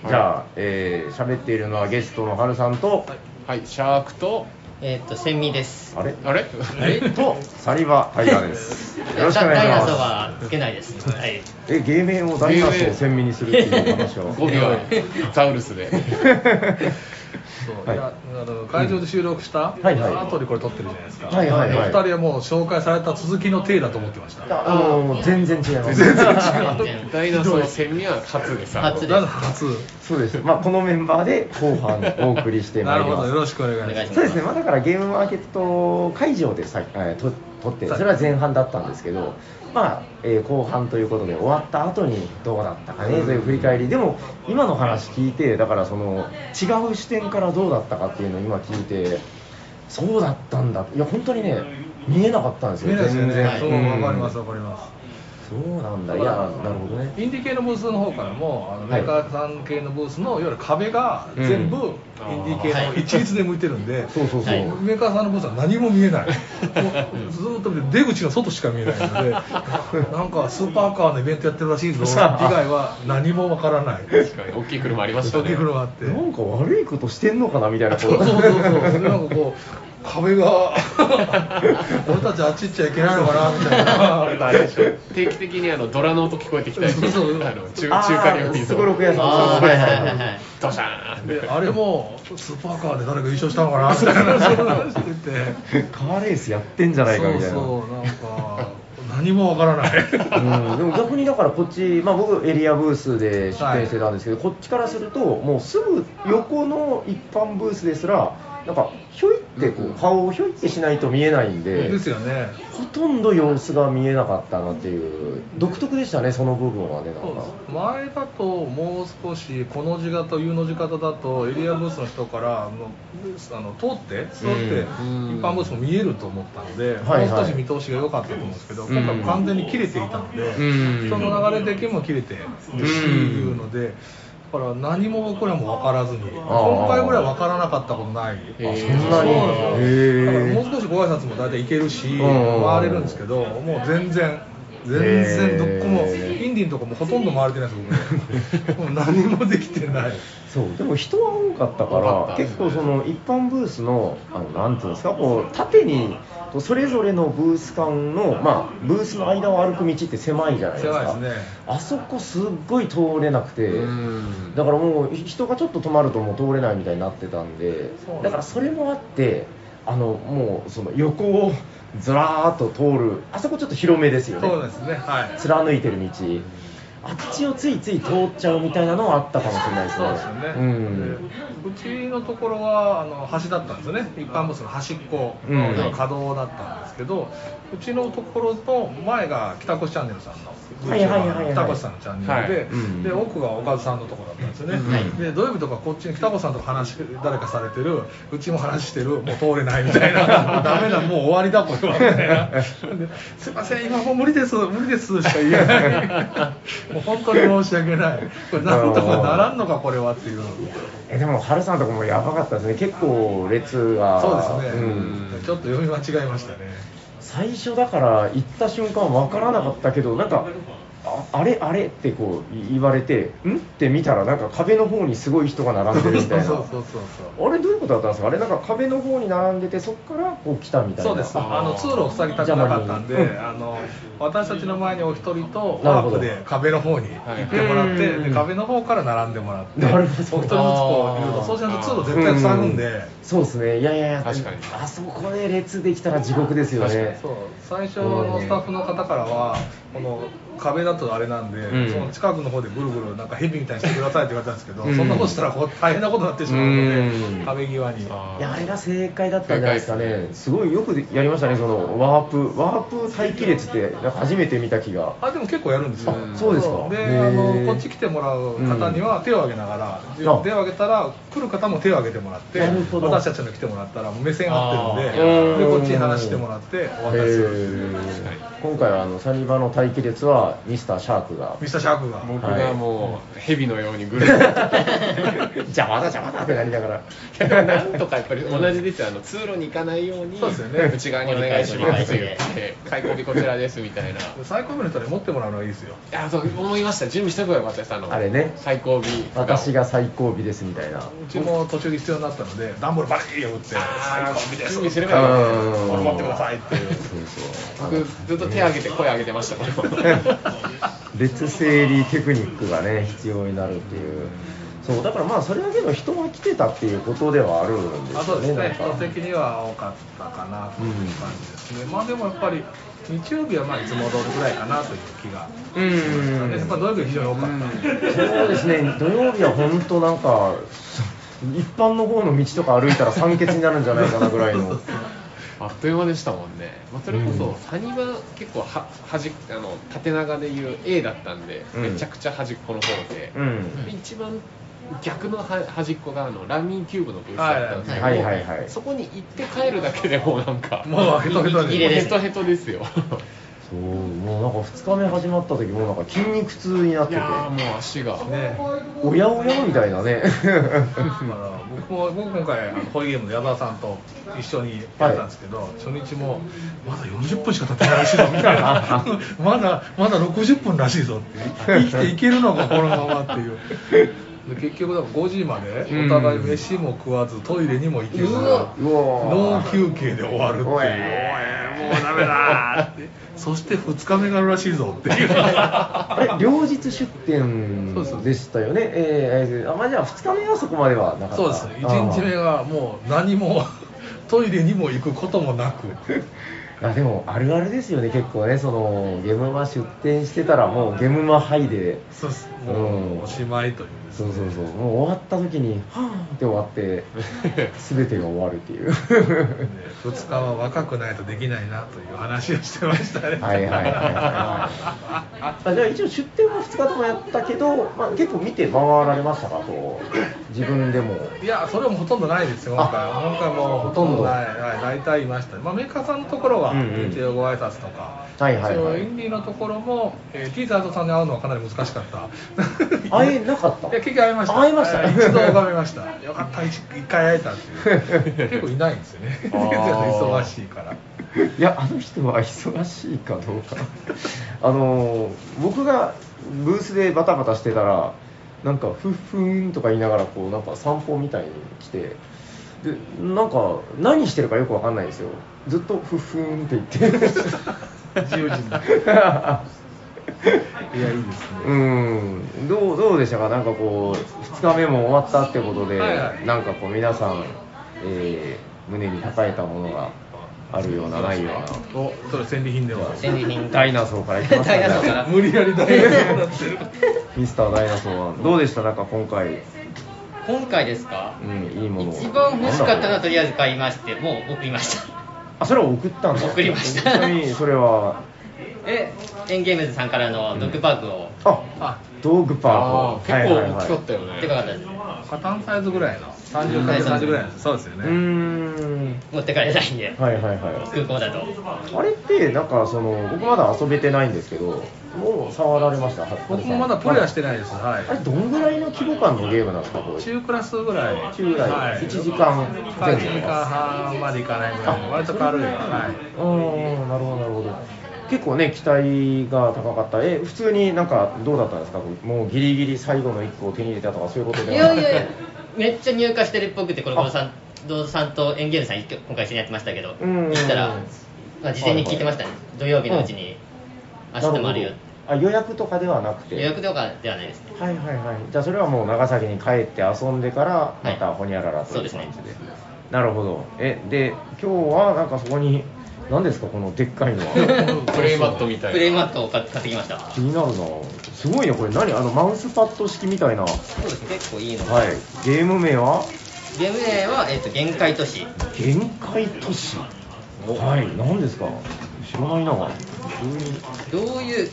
Speaker 4: じゃあ、えー、喋っているのはゲストの春さんと、
Speaker 2: はいシャークと
Speaker 6: えっと、セミです。
Speaker 4: あれ
Speaker 2: あれ
Speaker 4: とサリバタイガーですよろしくお願い
Speaker 6: ダ
Speaker 4: し
Speaker 6: イナソ
Speaker 4: ま
Speaker 6: ーはつけないです。はい。
Speaker 4: すえ芸名をダイナソー鮮明にするっていうお話を
Speaker 2: 5秒ザウルスで
Speaker 5: そう、
Speaker 4: はい
Speaker 5: い、やあの会場で収録した、
Speaker 4: はいはい
Speaker 5: 後でこれ撮ってるじゃないですか、
Speaker 4: はいはいはい
Speaker 5: お二人はもう紹介された続きの体だと思ってました だ
Speaker 4: あの全然違います
Speaker 6: 全然
Speaker 2: ダイナソー戦には初でさ
Speaker 6: 初
Speaker 5: から
Speaker 6: です。
Speaker 5: 初
Speaker 4: そうですまあこのメンバーで後半お送りしてま
Speaker 5: ないる
Speaker 4: り
Speaker 5: ほ
Speaker 4: ま
Speaker 5: ど
Speaker 4: す
Speaker 5: よろしくお願いし
Speaker 6: お願
Speaker 5: ま
Speaker 6: い
Speaker 5: す
Speaker 6: し
Speaker 4: そう
Speaker 6: ま
Speaker 4: です
Speaker 6: す。
Speaker 4: ね、まあ、だからゲームマーケット会場でさ、えーと撮って、それは前半だったんですけど、まあえー後半ということで、終わった後にどうだったかねという振り返り、でも今の話聞いて、だからその違う視点からどうだったかっていうのを今聞いて、そうだったんだいや本当にね見えなかったんです
Speaker 5: 見え
Speaker 4: よ
Speaker 5: ないですよね、
Speaker 6: 全然
Speaker 5: そう
Speaker 4: うん
Speaker 5: わかりますわかります
Speaker 4: そうなんだいやなるほどね
Speaker 5: インディ系のブースの方からもあのメ
Speaker 4: はい
Speaker 5: ーカーさん系のブースのいわゆる壁が
Speaker 4: うん
Speaker 5: 全部インディ系の一律で向いてるんで、
Speaker 4: そうそうそう、
Speaker 6: はい
Speaker 5: メーカーさんのブースは何も見えないもうずーっと見て出口の外しか見えないのでなんかスーパーカーのイベントやってるらしいぞ以外は何もわからない
Speaker 2: 確かに大きい車ありました
Speaker 5: 時
Speaker 2: ね
Speaker 5: 風呂があって
Speaker 4: なんか悪いことしてんのかなみたいなこ
Speaker 5: そうそうそうそうなんかこう壁が俺たちあっち行っちゃいけないのかなみたいな
Speaker 2: あれでしょ定期的にあのドラの音聞こえてきたり
Speaker 5: そうそう
Speaker 2: あの中中
Speaker 4: あー
Speaker 2: 華料理の
Speaker 4: すごろく屋さん
Speaker 6: ああ、はいはいはいはい。
Speaker 2: ドシャーン
Speaker 5: であれもスーパーカーで誰か優勝したのかなみたいなそんな話してて。
Speaker 4: カーレースやってんじゃないかみたいな
Speaker 5: そうそうなんか何もわからない
Speaker 4: うんでも逆にだからこっち、まあ、僕エリアブースで出店してたんですけど、こっちからするともうすぐ横の一般ブースですらなんかひょいってこう顔をひょいってしないと見えないんで、
Speaker 5: ですよね
Speaker 4: ほとんど様子が見えなかったなっていう独特でしたねその部分はねなんか
Speaker 5: 前だともう少しこの字型 U の字型だとエリアブースの人からもうあの通って座って
Speaker 2: うん
Speaker 5: 一般ブースも見えると思ったので、
Speaker 4: はいはい
Speaker 5: もう少し見通しが良かったと思うんですけど、
Speaker 4: うん
Speaker 5: 今回完全に切れていたので、
Speaker 4: うん
Speaker 5: 人の流れ的にも切れてるし、いうので。だから何も僕らも分からずに今回ぐらい分からなかったことない
Speaker 2: へー
Speaker 4: そんなに
Speaker 5: そう
Speaker 4: へ
Speaker 5: だから
Speaker 4: ー
Speaker 5: もう少しご挨拶も大体いけるし、
Speaker 4: うん
Speaker 5: 回れるんですけど、もう全然、全然どこも、
Speaker 4: へー
Speaker 5: インディのとこもほとんど回れてないです、僕も もう何もできてない、
Speaker 4: そうでも人は多かったか
Speaker 2: 多
Speaker 4: ら
Speaker 2: かった
Speaker 4: 結構その一般ブースのあのなんていうんですかこう縦にこうそれぞれのブース間の、まあ、ブースの間を歩く道って狭いじゃないですか
Speaker 5: 狭いですね
Speaker 4: あそこすっごい通れなくて
Speaker 2: うん
Speaker 4: だからもう人がちょっと止まるともう通れないみたいになってたんで
Speaker 5: そう
Speaker 4: だからそれもあってあのもうその横をずらーっと通るあそこちょっと広めですよね
Speaker 5: そうですね、はい、
Speaker 4: 貫いてる道あっちをついつい通っちゃうみたいなのはあったかもしれないですね
Speaker 5: そうですよね、
Speaker 4: うん
Speaker 5: でうちのところはあの端だったんですよね一般ブースの端っこ
Speaker 4: うん
Speaker 5: の稼働だったんですけど、うちのところの前が北越チャンネルさんの
Speaker 4: はいはいはいはい
Speaker 5: VTuber の北越さんのチャンネルで,、
Speaker 2: はい
Speaker 4: うん
Speaker 5: で奥が岡津さんのところだったんですよね、
Speaker 4: うん
Speaker 5: で土曜日とかこっちに北越さんとか話誰かされてるうちも話してるもう通れないみたいな もうダメだもう終わりだこれはみたいなですいません今もう無理です無理ですしか言えないもう本当に申し訳ないこれなんとかならんのかこれはっていう
Speaker 4: えでも春さんとかもやばかったですね結構列が
Speaker 5: そうですね、
Speaker 4: ん
Speaker 5: ちょっと読み間違えましたね
Speaker 4: 最初だから行った瞬間わからなかったけどなんかああれあれってこう言われてんって見たらなんか壁の方にすごい人が並んでるみたいな
Speaker 5: そうそうそうそう
Speaker 4: あれどういうことだったんですかあれなんか壁の方に並んでてそこからこう来たみたいな
Speaker 5: そうです
Speaker 4: あ
Speaker 5: あの通路を塞ぎたくなかったんで、
Speaker 4: 邪魔に
Speaker 5: あの私たちの前にお一人と
Speaker 4: なる
Speaker 5: ワ
Speaker 4: ほ
Speaker 5: ー
Speaker 4: ど
Speaker 5: プで壁の方に行ってもらって、
Speaker 4: はい
Speaker 5: で壁の方から並んでもらって
Speaker 4: なるほど
Speaker 5: お一人ずつこう言う
Speaker 2: あ
Speaker 5: と
Speaker 2: ー
Speaker 5: そうしないと通路絶対塞ぐんで、
Speaker 4: うそうですねいやいやいや
Speaker 2: 確かに
Speaker 4: あそこで列できたら地獄ですよね
Speaker 5: そう最初のスタッフの方からは、この壁だとあれなんで、
Speaker 4: うん
Speaker 5: その近くの方でぐるぐるなんかヘビみたいにしてくださいって言われたんですけど、
Speaker 4: うん
Speaker 5: そんなことしたらこう大変なことになってしまうので、
Speaker 4: うん
Speaker 5: 壁際に。
Speaker 2: あ
Speaker 4: いやあれが正解だったんじゃないですかねすごいよくやりましたねそのワープワープ待機列ってなんか初めて見た気が
Speaker 5: あでも結構やるんですよ
Speaker 4: あそうですかへ
Speaker 5: で
Speaker 4: ー
Speaker 5: あのこっち来てもらう方には手を挙げながら、
Speaker 4: うん
Speaker 5: で手を挙げたら来る方も手を挙げてもらって
Speaker 4: なるほど
Speaker 5: 私たちの来てもらったらもう目線合ってるん
Speaker 4: あー
Speaker 5: ででこっちに話してもらって終わったりするんですよ
Speaker 4: へー今回はあのサニバの待機列はミスターシャークが
Speaker 5: ミスターシャークが
Speaker 2: 僕がもう蛇のようにぐるぐる
Speaker 4: 邪魔だ邪魔だってなりなが
Speaker 2: だからなんとかやっぱり同じですよあの通路に行かないように
Speaker 5: そうですよね
Speaker 2: 内側にお願いしますって言って買い込みこちらですみたいない
Speaker 5: 最高部の人に持ってもらうのがいいですよ
Speaker 2: やそう思いました準備しておけばよかったですあの
Speaker 4: あれね
Speaker 2: 最後尾
Speaker 4: ら私が最後尾ですみたいな
Speaker 5: うちも途中で必要になったので段ボールバリー打って最高部で
Speaker 2: 準
Speaker 5: す
Speaker 2: 備すればよかった
Speaker 4: うん
Speaker 5: これ持ってくださいっていう
Speaker 4: そうそう
Speaker 2: 僕ずっと手挙げて声挙げてましたから
Speaker 4: 列整理テクニックがね必要になるっていうそうだからまあそれだけの人が来てたっていうことではあるんで
Speaker 5: あ
Speaker 4: す
Speaker 5: そ
Speaker 4: よ
Speaker 5: うで
Speaker 4: ね
Speaker 5: すね、
Speaker 4: なん
Speaker 5: 人
Speaker 4: か
Speaker 5: 的には多かったかなという感じですね、まあでもやっぱり、日曜日はまあいつも通りぐらいかなという気が、
Speaker 4: うん
Speaker 5: やっぱ土曜日は非常に多かった、
Speaker 4: そうですね、土曜日は本当なんか、一般の方の道とか歩いたら酸欠になるんじゃないかなぐらいの。
Speaker 2: あっという間でしたもんね、まあ、それこ
Speaker 4: うん
Speaker 2: そサニバ結構は端っあの縦長でいう A だったんで、
Speaker 4: うん
Speaker 2: めちゃくちゃ端っこの方で、
Speaker 4: うん
Speaker 2: で一番逆のは端っこがあのラミーキューブのブースだったんですけど、
Speaker 1: はいはいはい
Speaker 2: そこに行って帰るだけでもうなんか
Speaker 5: もうヘトヘト
Speaker 6: ギリギ
Speaker 5: で
Speaker 6: リで
Speaker 2: ヘ
Speaker 6: す
Speaker 2: トヘトですよ
Speaker 1: そうもうなんか2日目始まった時もうなんか筋肉痛になっ
Speaker 2: い
Speaker 1: て
Speaker 2: やーもう足が、
Speaker 5: ね
Speaker 1: ておやおやみたいなね
Speaker 5: だから僕も僕今回あのホイゲームの矢沢さんと一緒にやったんですけど、初日もまだ40分しか経ってないらしいぞみたい なまだまだ60分らしいぞって 生きていけるのかこのままっていう。で結局だから5時までお互い飯も食わず、トイレにも行けず
Speaker 1: うわうわ
Speaker 5: ノー休憩で終わるっていう
Speaker 1: おい
Speaker 5: おいもうダメだーって そして2日目があるらしいぞっていう
Speaker 1: あれ両日出店
Speaker 5: そうそう
Speaker 1: でしたよねえー、あまあじゃあ2日目はそこまではなかった
Speaker 5: そうです1日目がもう何も トイレにも行くこともなく
Speaker 1: あーあでもあるあるですよね結構ねそのゲムマ出店してたらもうゲムマハイで
Speaker 5: そうです
Speaker 1: う
Speaker 5: も
Speaker 1: ん
Speaker 5: うおしまいというです
Speaker 1: そうそうそうもう終わった時にはぁって終わ って全てが終わるっていう
Speaker 5: 2日は若くないとできないなという話をしてましたね
Speaker 1: はいはいはいは いあじゃあ一応出店も2日ともやったけど、まあ、結構見て回られましたかと自分でも
Speaker 5: いやそれもほとんどないですよ今回
Speaker 1: あ
Speaker 5: 今回も
Speaker 1: ほとんど
Speaker 5: はいはい大体いました、まあ、メーカーさんのところは
Speaker 1: うんうん
Speaker 5: 一応ご挨拶とか、
Speaker 1: はいはいはい
Speaker 5: そのインディーのところも、えー、ティーザードさんに会うのはかなり難しかった
Speaker 1: 会えなかった
Speaker 5: いや結局会いました
Speaker 1: 会えました
Speaker 5: はい一度拝めましたよかった一一回会えたって いう結構いないんですよね 忙しいから
Speaker 1: いやあの人は忙しいかどうかあの僕がブースでバタバタしてたらなんかふっふーんとか言いながらこうなんか散歩みたいに来てでなんか何してるかよくわかんないんですよずっとふっふーんって言って
Speaker 5: 自由人だいやいいですね
Speaker 1: うんどうどうでしたかなんかこう2日目も終わったってことで、
Speaker 5: はいはい
Speaker 1: なんかこう皆さん、えー胸に抱えたものがあるようなないような
Speaker 5: おそれ戦利品で は
Speaker 6: 戦利品
Speaker 1: ダイナソーからいき ますか、ね、
Speaker 6: ダイナソーから
Speaker 5: 無理やり大変になってる
Speaker 1: ミスターダイナソーはどうでしたなんか今回、
Speaker 6: 今回ですか
Speaker 1: うん、いいものを
Speaker 6: 一番欲しかったのはとりあえ
Speaker 1: ず
Speaker 6: ず買いましてもう送り ました
Speaker 1: あそれを送ったんだ
Speaker 6: 送りました
Speaker 1: ちなみにそれは
Speaker 6: えエンゲームズさんからのドッグパークを
Speaker 1: あ
Speaker 5: あ
Speaker 1: 道具
Speaker 2: あ
Speaker 1: パ
Speaker 2: ー
Speaker 1: ーク
Speaker 2: 結構大きかったよね、
Speaker 6: でかかったです
Speaker 5: 加担サイズぐらいの30かける30ぐらいのそうですよ
Speaker 1: う
Speaker 5: ね、
Speaker 1: ーん
Speaker 6: 持ってかれないんで
Speaker 1: はいはいは
Speaker 6: 空港だと
Speaker 1: いあれってなんかその僕まだ遊べてないんですけどもう触られました
Speaker 5: 僕もまだプレイはして
Speaker 1: ない
Speaker 5: ないです、は
Speaker 1: あれ
Speaker 5: い、
Speaker 1: どんぐらいの規模感のゲームなんですかこれ
Speaker 5: 中クラスぐらい、
Speaker 1: 中ぐらい
Speaker 5: はい、
Speaker 1: 一時間前後
Speaker 5: 1時間半までいかないぐらいの、割と軽い、はい、
Speaker 1: うんなるほどなるほど結構ね期待が高かったえ普通になんかどうだったんですかもうギリギリ最後の1個を手に入れたとかそういうこと
Speaker 6: い
Speaker 1: では
Speaker 6: や
Speaker 1: なく
Speaker 6: い
Speaker 1: て
Speaker 6: やいやめっちゃ入荷してるっぽくてこれこのさん堂さんとエンゲームさん今日今回一緒にやってましたけど
Speaker 1: うん
Speaker 6: 行ったら、まあ、事前に聞いてましたね土曜日のうちに明日もあるよ
Speaker 1: なほどあ予約とかではなくて
Speaker 6: 予約とかではないですね
Speaker 1: はいはいはいじゃあそれはもう長崎に帰って遊んでからま
Speaker 6: い
Speaker 1: たほにゃららと
Speaker 6: そう
Speaker 1: い
Speaker 6: で
Speaker 1: う
Speaker 6: すね
Speaker 1: 感じで,、なるほどえで今日はなんかそこに何ですかこのでっかいのは
Speaker 2: プレイマットみたいな
Speaker 6: プレイマットを買って買ってきました
Speaker 1: 気になるなすごいねこれ何あのマウスパッド式みたいなは
Speaker 6: そうですね結構いいのが
Speaker 1: いゲーム名は
Speaker 6: ゲーム名は、えっと限界都市
Speaker 1: 限界都市はい何ですか知らないな急に
Speaker 6: どういう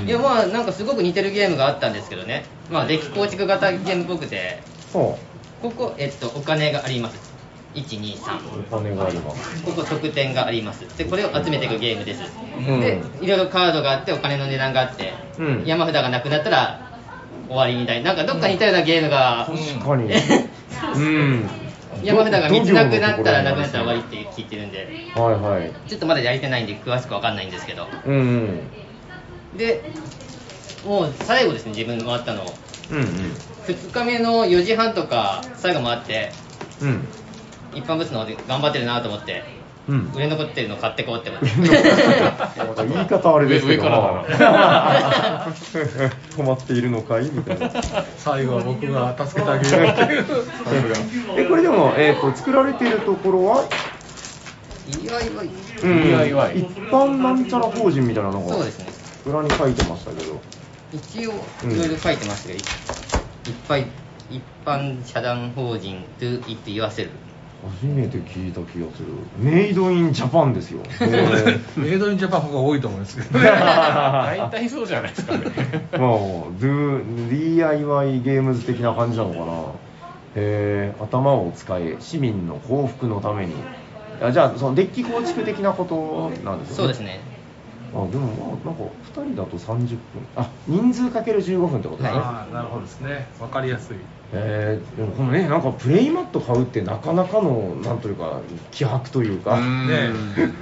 Speaker 1: うん
Speaker 6: いやまあなんかすごく似てるゲームがあったんですけどねまあデッキ構築型ゲームっぽくて
Speaker 1: そ
Speaker 6: ここ、えっとお金があります123
Speaker 1: うお金があります
Speaker 6: ここ得点がありますでこれを集めていくゲームです、
Speaker 1: うん
Speaker 6: でいろいろカードがあってお金の値段があって、
Speaker 1: うん
Speaker 6: 山札がなくなったら終わりみたいななんかどっか似たようなゲームが、
Speaker 1: 確かに うん
Speaker 6: 山札が3つなくなったらなくなったら終わ
Speaker 1: は
Speaker 6: り
Speaker 1: い
Speaker 6: って聞いてるんで
Speaker 1: はい
Speaker 6: ちょっとまだやりてないんで詳しくわかんないんですけど
Speaker 1: うんうん
Speaker 6: でもう最後ですね自分回ったの
Speaker 1: うんうん
Speaker 6: 2日目の4時半とか最後回って
Speaker 1: うん
Speaker 6: 一般物の方で頑張ってるなと思って
Speaker 1: うん
Speaker 6: 売れ残ってるの買ってこうって 思って
Speaker 1: 言い方あれですけど
Speaker 2: 上上から
Speaker 6: だ
Speaker 1: 困っているのかいみたい な
Speaker 5: 最後は僕が助けてあげようって いう、
Speaker 1: えこれでも、えー、と作られているところは、
Speaker 6: DIY
Speaker 1: うん
Speaker 2: DIY
Speaker 1: 一般なんちゃら法人みたいなのが
Speaker 6: そうですね
Speaker 1: 裏に書いてましたけど
Speaker 6: 一応
Speaker 1: うん
Speaker 6: いろいろ書いてましたけど、いいっぱい一般社団法人 Do It Yourself
Speaker 4: 初めて聞いた気がするメイドインジャパンですよえー
Speaker 5: メイドインジャパンの方が多いと思うんですけ どね
Speaker 2: 大体そうじゃないですかね。
Speaker 4: まあ、do DIY ゲームズ的な感じなのかな、えー頭を使い市民の幸福のためにあじゃあそのデッキ構築的なことなんですよね
Speaker 6: そうですね
Speaker 4: あでもまあなんか2人だと30分あ人数かける15分ってことですね、
Speaker 5: ああなるほどですねわかりやすい
Speaker 4: えーでもこのねなんかプレイマット買うってなかなかのなんというか気迫というか
Speaker 2: う ん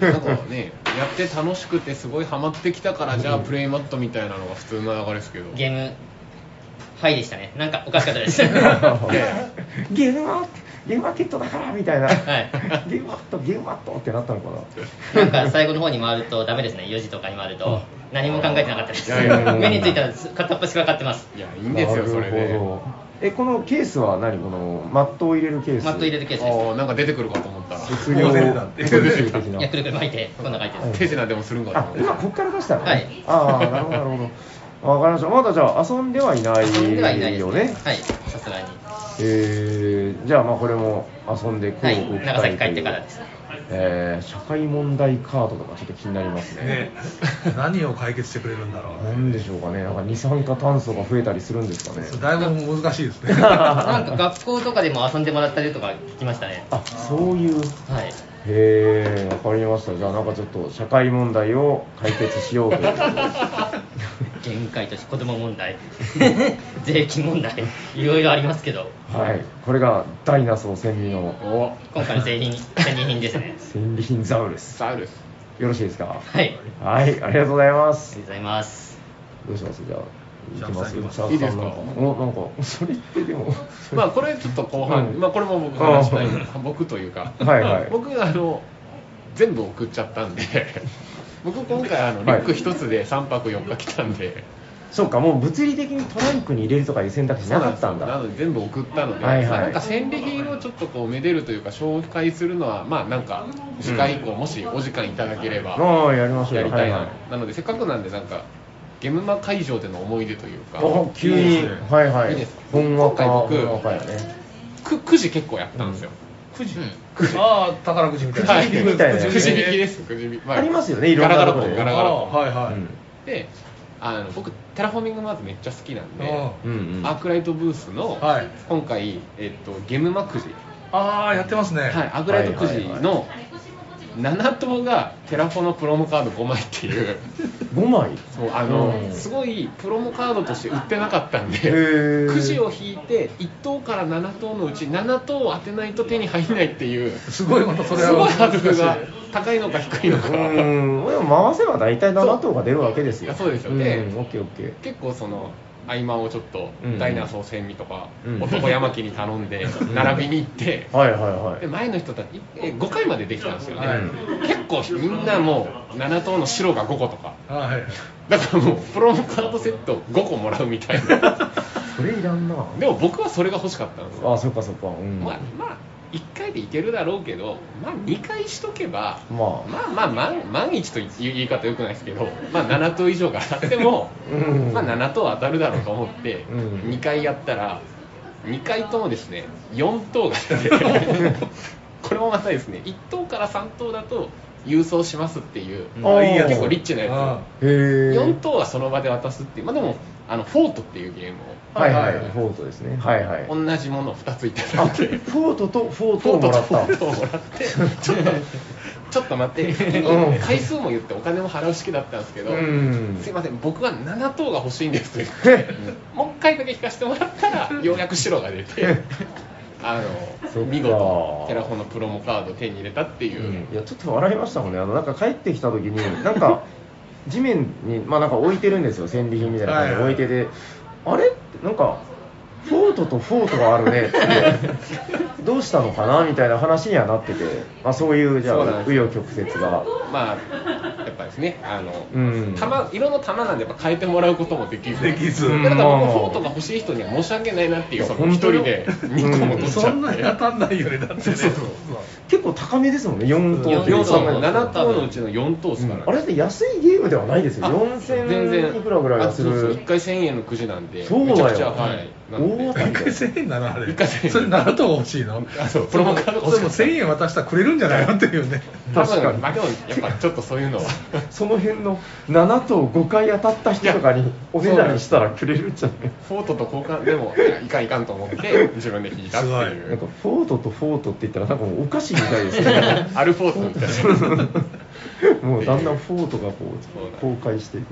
Speaker 2: なんかね、やって楽しくてすごいハマってきたから、じゃあプレイマットみたいなのが普通の流れですけど。
Speaker 6: ゲームはいでしたねなんかおかしかったです
Speaker 4: ゲームマーケゲームマーケットだからみたいな、
Speaker 6: はい
Speaker 4: ゲームマットゲームマットってなったのかな
Speaker 6: なんか最後の方に回るとダメですね4時とかに回ると何も考えてなかったです
Speaker 2: いやいやいや
Speaker 6: 目についたら片っ端から買ってます
Speaker 2: いや、いいんですよ、それ
Speaker 4: なる
Speaker 2: で。
Speaker 4: ほどえこのケースは何このマットを入れるケース
Speaker 6: マット入れるケースです
Speaker 2: ああ、なんか出てくるかと思ったら。
Speaker 4: 卒業
Speaker 5: もう出てたって
Speaker 4: 卒業式的ない
Speaker 6: やくるくる巻いてこんな感じです
Speaker 2: 手品でもするんかと
Speaker 4: あ
Speaker 2: 思
Speaker 4: 今
Speaker 2: った
Speaker 4: こっから出したの、
Speaker 6: はい
Speaker 4: ああなるほどなるほどわかりましたまだじゃあ遊んではいない
Speaker 6: 遊んではいないです
Speaker 4: よ
Speaker 6: ね
Speaker 4: ね
Speaker 6: はいさすがに
Speaker 4: えー、じゃあまあこれも遊んでこう
Speaker 6: はい長崎帰ってからです
Speaker 4: えー社会問題カードとかちょっと気になりますね
Speaker 5: ね何を解決してくれるんだろう
Speaker 4: なんでしょうかねなんか二酸化炭素が増えたりするんですかね
Speaker 5: それだいぶ難しいで すね
Speaker 6: なんか学校とかでも遊んでもらったりとか聞きましたね
Speaker 4: あそういう
Speaker 6: はい
Speaker 4: へえわかりましたじゃあなんかちょっと社会問題を解決し ようという
Speaker 6: 限界として子供問題 税金問題いろいろありますけど
Speaker 4: はいこれがダイナソー千里の
Speaker 2: お
Speaker 6: 今回の製 品戦利品ですね
Speaker 4: 千里品ザウルス
Speaker 2: サウルス。
Speaker 4: よろしいですか
Speaker 6: はいありがと
Speaker 4: はいありがとうございま
Speaker 6: う
Speaker 4: す
Speaker 6: ございます
Speaker 4: どうしますじゃあ行きます
Speaker 5: シャープ
Speaker 4: シャー
Speaker 2: い
Speaker 4: プ
Speaker 2: いで
Speaker 4: さ
Speaker 2: す
Speaker 4: ん
Speaker 2: か
Speaker 4: なんかおなんかそれってでも
Speaker 2: まあこれちょっと後半、
Speaker 4: うん
Speaker 2: まあこれも僕話したい
Speaker 4: あ
Speaker 2: 僕というか、
Speaker 4: はいはい
Speaker 2: 僕があの全部送っちゃったんで 僕今回あのリ
Speaker 4: はい
Speaker 2: ュック一つで3泊4日来たんで、
Speaker 4: そうかもう物理的にトランクに入れるとかいう選択肢なかったんだ
Speaker 2: そうなんですよなので全部送ったので、
Speaker 4: はいはい
Speaker 2: まあなんか戦利品をちょっとこうめでるというか紹介するのはまあなんか次回以降、もしお時間いただければ
Speaker 4: ああやりましょうよ
Speaker 2: やりたいな、
Speaker 4: はいはい
Speaker 2: なのでせっかくなんでなんかゲムマ会場での思い出というか
Speaker 4: お急に
Speaker 5: いいですね
Speaker 4: はいはい
Speaker 2: いいです
Speaker 4: ほんわか
Speaker 2: 今
Speaker 4: ほ
Speaker 2: 回僕
Speaker 4: んわかやね
Speaker 2: くくじ結構やったんですよ、
Speaker 5: くじ
Speaker 6: うん
Speaker 5: ああ宝くじみたいな、
Speaker 2: はいくじ引き
Speaker 4: みたいなやつ
Speaker 2: くじ引き
Speaker 5: で
Speaker 2: ですくじ引き、
Speaker 4: ありますよねいろんな
Speaker 2: ガラ
Speaker 4: と
Speaker 2: ガ
Speaker 4: こ
Speaker 2: ラ
Speaker 4: で
Speaker 2: ポンガラガラポン
Speaker 5: はいはい、
Speaker 2: であの僕テラフォーミングマーズめっちゃ好きなんで
Speaker 5: あ
Speaker 4: うんうん
Speaker 2: アークライトブースの、
Speaker 5: はい
Speaker 2: 今回、えっと、ゲムマくじ、
Speaker 5: ああやってますね、
Speaker 2: はい、アークライトくじ
Speaker 4: はいはい
Speaker 2: の7等がテラフォのプロモカード5枚って いう
Speaker 4: 5枚
Speaker 2: そうあの、
Speaker 4: うん
Speaker 2: すごいプロモカードとして売ってなかったんで
Speaker 4: ー
Speaker 2: くじを引いて1等から7等のうち7等を当てないと手に入らないっていう
Speaker 5: すごいまたそれは
Speaker 2: すごいハードルが
Speaker 5: 難しい
Speaker 2: 高いのか低いの
Speaker 4: う
Speaker 2: か
Speaker 4: ーんでも回せば大体7頭が出るわけですよ
Speaker 2: そうそうですよね
Speaker 4: うんオッケーオッケー
Speaker 2: 結構その合間をちょっと
Speaker 4: うん
Speaker 2: ダイナソー千味とか、
Speaker 4: うん
Speaker 2: 男山木に頼ん で
Speaker 4: ん
Speaker 2: 並びに行って、
Speaker 4: はいはいは
Speaker 2: で
Speaker 4: い
Speaker 2: 前の人たちえ5回までできたんですよね、
Speaker 5: はい
Speaker 2: 結構みんなもう7等の白が5個とか
Speaker 5: はい
Speaker 2: だからもうプロモカードセット5個もらうみたい な
Speaker 4: それいらんな
Speaker 2: でも僕はそれが欲しかったんですよ
Speaker 4: あそっかそっかうん
Speaker 2: まあまあ1回でいけるだろうけどまあ2回しとけば
Speaker 4: まあ
Speaker 2: まあまあ万万一という言い方よくないですけど、まあ、7等以上が当たっても、
Speaker 4: うん
Speaker 2: まあ、7等当たるだろうと思って、
Speaker 4: うん
Speaker 2: 2回やったら2回ともですね4等が当たってこれもまたですね1等から3等だと郵送しますっていう
Speaker 4: あー
Speaker 5: いいやつ
Speaker 2: 結構リッチなや
Speaker 4: へ
Speaker 2: つ
Speaker 4: え
Speaker 2: 4等はその場で渡すっていうまあでもあのフォートっていうゲーム
Speaker 4: はいはい
Speaker 5: はい
Speaker 4: フォートですねはいはい
Speaker 2: を同じものを2ついただ
Speaker 4: あ
Speaker 2: いて
Speaker 4: フォートとフォートをもらっ
Speaker 2: フォート
Speaker 4: た
Speaker 2: をもらってちょっとちょっと待って、
Speaker 4: うん
Speaker 2: 回数も言ってお金も払う式だったんですけど、
Speaker 4: うん
Speaker 2: すいません僕は7等が欲しいんですと言ってもう1回だけ引かせてもらったらようやく白が出てあ
Speaker 4: そっ
Speaker 2: の
Speaker 4: か
Speaker 2: 見事テラフォのプロモカードを手に入れたっていう、
Speaker 4: いやちょっと笑いましたもんねあのなんか帰ってきた時 になんか地面にまあなんか置いてるんですよ戦利品みたいな感じで
Speaker 5: はいは
Speaker 4: 置
Speaker 5: い
Speaker 4: いてて、あれってなんかフォートとフォートがあるね ってどうしたのかなみたいな話にはなってて、まあ、そういうじゃ
Speaker 2: そうなん
Speaker 4: あ
Speaker 2: です
Speaker 4: 紆余曲折が
Speaker 2: まあやっぱですねあの、
Speaker 4: うん
Speaker 2: 玉色の玉なんでやっぱ変えてもらうこともできず
Speaker 5: できず
Speaker 2: だから僕フォートが欲しい人には申し訳ないなっていうその一人で2個も取っちゃ
Speaker 5: そ
Speaker 2: って、
Speaker 5: んなに当たんないよねだってね
Speaker 4: 結構高めですもんね4等
Speaker 2: 4
Speaker 4: って
Speaker 6: 四
Speaker 2: 等
Speaker 6: 等
Speaker 2: 7等のうちの4等ですから、
Speaker 4: あれって安いゲームではないですよ
Speaker 2: あ全
Speaker 4: 4000
Speaker 2: 然
Speaker 4: いくらぐらい
Speaker 2: あ
Speaker 4: がす
Speaker 2: そうそう
Speaker 4: る
Speaker 2: 1回1000円のくじなんで
Speaker 4: そうだよ
Speaker 2: めちゃくちゃはいなので
Speaker 4: 大当た
Speaker 5: 一
Speaker 4: りだよ
Speaker 5: 回1000円なのあれ
Speaker 2: 一回千円
Speaker 5: それ7等が欲しいの
Speaker 2: あそうプロモカード欲しい
Speaker 5: それも1000円渡したらくれるんじゃないのっていうね
Speaker 2: 多
Speaker 4: 確かに
Speaker 2: 分まあでもやっぱちょっとそういうのは
Speaker 4: その辺の7等5回当たった人とかにお値段したらくれるんじゃない
Speaker 2: フォートと交換でもいやいかんいかんと思って自分で引いたってい
Speaker 4: なん
Speaker 2: う
Speaker 4: かフォートとフォートって言ったらなんかもうおかしいみたいですけど
Speaker 2: アルフォートみたいな
Speaker 4: もうだんだんフォートがこ
Speaker 2: そうだね
Speaker 4: う公開していく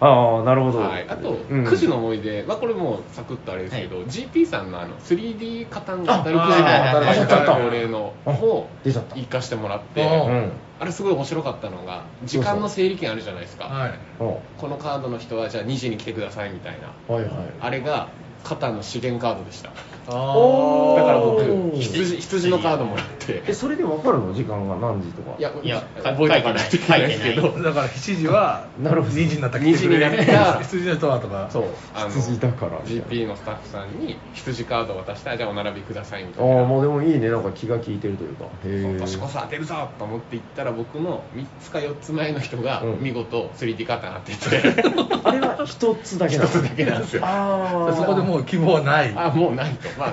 Speaker 4: ああなるほど、
Speaker 2: はい、あと、
Speaker 4: うん
Speaker 2: くじの思い出はこれもうサクッとあれですけど、GP さんのあの 3D カタンが当たるくじの
Speaker 6: ああ
Speaker 2: はい
Speaker 6: 当
Speaker 4: たった
Speaker 2: 恒例のを
Speaker 4: 出ちゃった
Speaker 2: 生かしてもらって
Speaker 5: あ
Speaker 4: うん
Speaker 2: あれすごい面白かったのが時
Speaker 4: そうそう
Speaker 2: 間の整理券あるじゃないですか
Speaker 5: はい
Speaker 4: お
Speaker 2: このカードの人はじゃあ2時に来てくださいみたいな
Speaker 4: はいはい
Speaker 2: あれが肩の資源カードでしただ
Speaker 4: おー
Speaker 2: から
Speaker 4: お
Speaker 2: 僕
Speaker 4: ー
Speaker 2: 羊羊のカードもらって
Speaker 4: えそれで分かるの時間が何時とか
Speaker 2: いや
Speaker 6: いや
Speaker 2: 覚えておかないといけないですけ
Speaker 6: 書
Speaker 2: ど
Speaker 6: い
Speaker 5: だから7時は
Speaker 4: なるほど
Speaker 5: 2時になったら来てくれ
Speaker 2: 2時になった ら
Speaker 5: 羊の人はとか
Speaker 2: そうあの
Speaker 4: 羊だからみたい
Speaker 2: GP のスタッフさんに羊カードを渡したらじゃあお並びくださいみ
Speaker 4: あ
Speaker 2: た
Speaker 4: あ
Speaker 2: いな
Speaker 4: もうでもいいねなんか気が利いてるというかへえ
Speaker 2: 年こそ当てるぞと思って行ったら僕の3つか4つ前の人が
Speaker 4: うん
Speaker 2: 見事 3D カタン当てて
Speaker 4: あ れは一つだけ
Speaker 2: 一
Speaker 4: な
Speaker 2: つだけなんですよ
Speaker 4: ああ
Speaker 5: そこでもう希望はない
Speaker 2: あもうないとまあ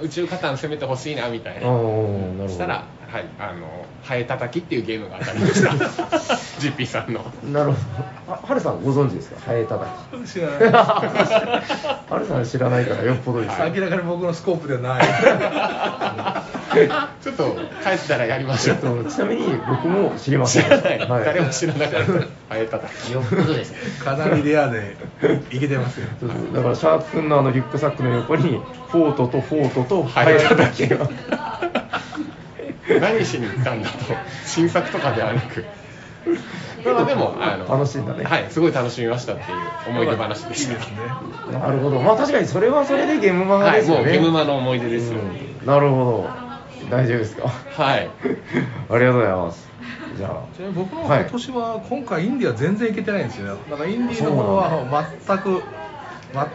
Speaker 2: 宇宙カタン攻めてほしいなみたい
Speaker 4: ああな
Speaker 2: な
Speaker 4: るほど
Speaker 2: したらはいあのハエ叩きっていうゲームが当たりました GP さんの
Speaker 4: なるほどあはるさんご存知ですかハエ叩き
Speaker 5: 知らない
Speaker 4: はるさん知らないからよっぽどです、
Speaker 5: 明らかに僕のスコープではない
Speaker 2: ちょっと帰ったらやりまし
Speaker 4: ち
Speaker 2: ょ
Speaker 4: ょ
Speaker 2: う
Speaker 4: っとちなみに僕も知りません
Speaker 2: 知らない、
Speaker 4: はい
Speaker 2: 誰も知らなかったハエ叩き
Speaker 6: よっぽどですね
Speaker 5: かなりレ アでいけてますよ
Speaker 4: そうそうだからシャーク君のあのリュックサックの横にフォートとフォートとハエ叩きが
Speaker 2: 何しに行ったんだと新作とかではなくまあでもあの
Speaker 4: 楽しいんだね
Speaker 2: はいすごい楽しみましたっていう思い出話でした
Speaker 4: なるほどまあ確かにそれはそれでゲームマガ
Speaker 2: は
Speaker 4: で
Speaker 2: い
Speaker 4: すよね、
Speaker 2: もうゲムマの思い出ですよ、
Speaker 4: うんなるほど大丈夫ですか
Speaker 2: はい
Speaker 4: ありがとうございますじゃ
Speaker 5: ちなみに僕も
Speaker 4: はい
Speaker 5: 今年は今回インディは全然行けてないんですよだからインディの方は全く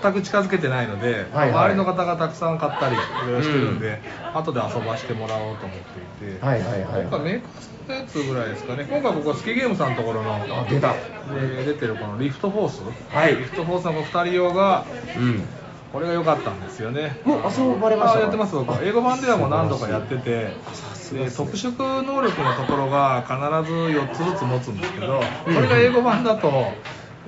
Speaker 5: 全く近づけてないので、
Speaker 4: はいはい
Speaker 5: 周りの方がたくさん買ったりいろいろしてるんで、後で遊ばしてもらおうと思っていて、
Speaker 4: あはいはいはい
Speaker 5: 今回メーカーさんのやつぐらいですかね今回僕はスケゲームさんのところの
Speaker 4: あ出た
Speaker 5: で出てるこのリフトフォース、
Speaker 4: はい
Speaker 5: リフトフォースの2人用が
Speaker 4: うん
Speaker 5: これが良かったんですよね
Speaker 4: もう遊ばれましたか
Speaker 5: あやってます僕英語版ではもう何度かやっててで特色能力のところが必ず4つずつ持つんですけどこれが英語版だと、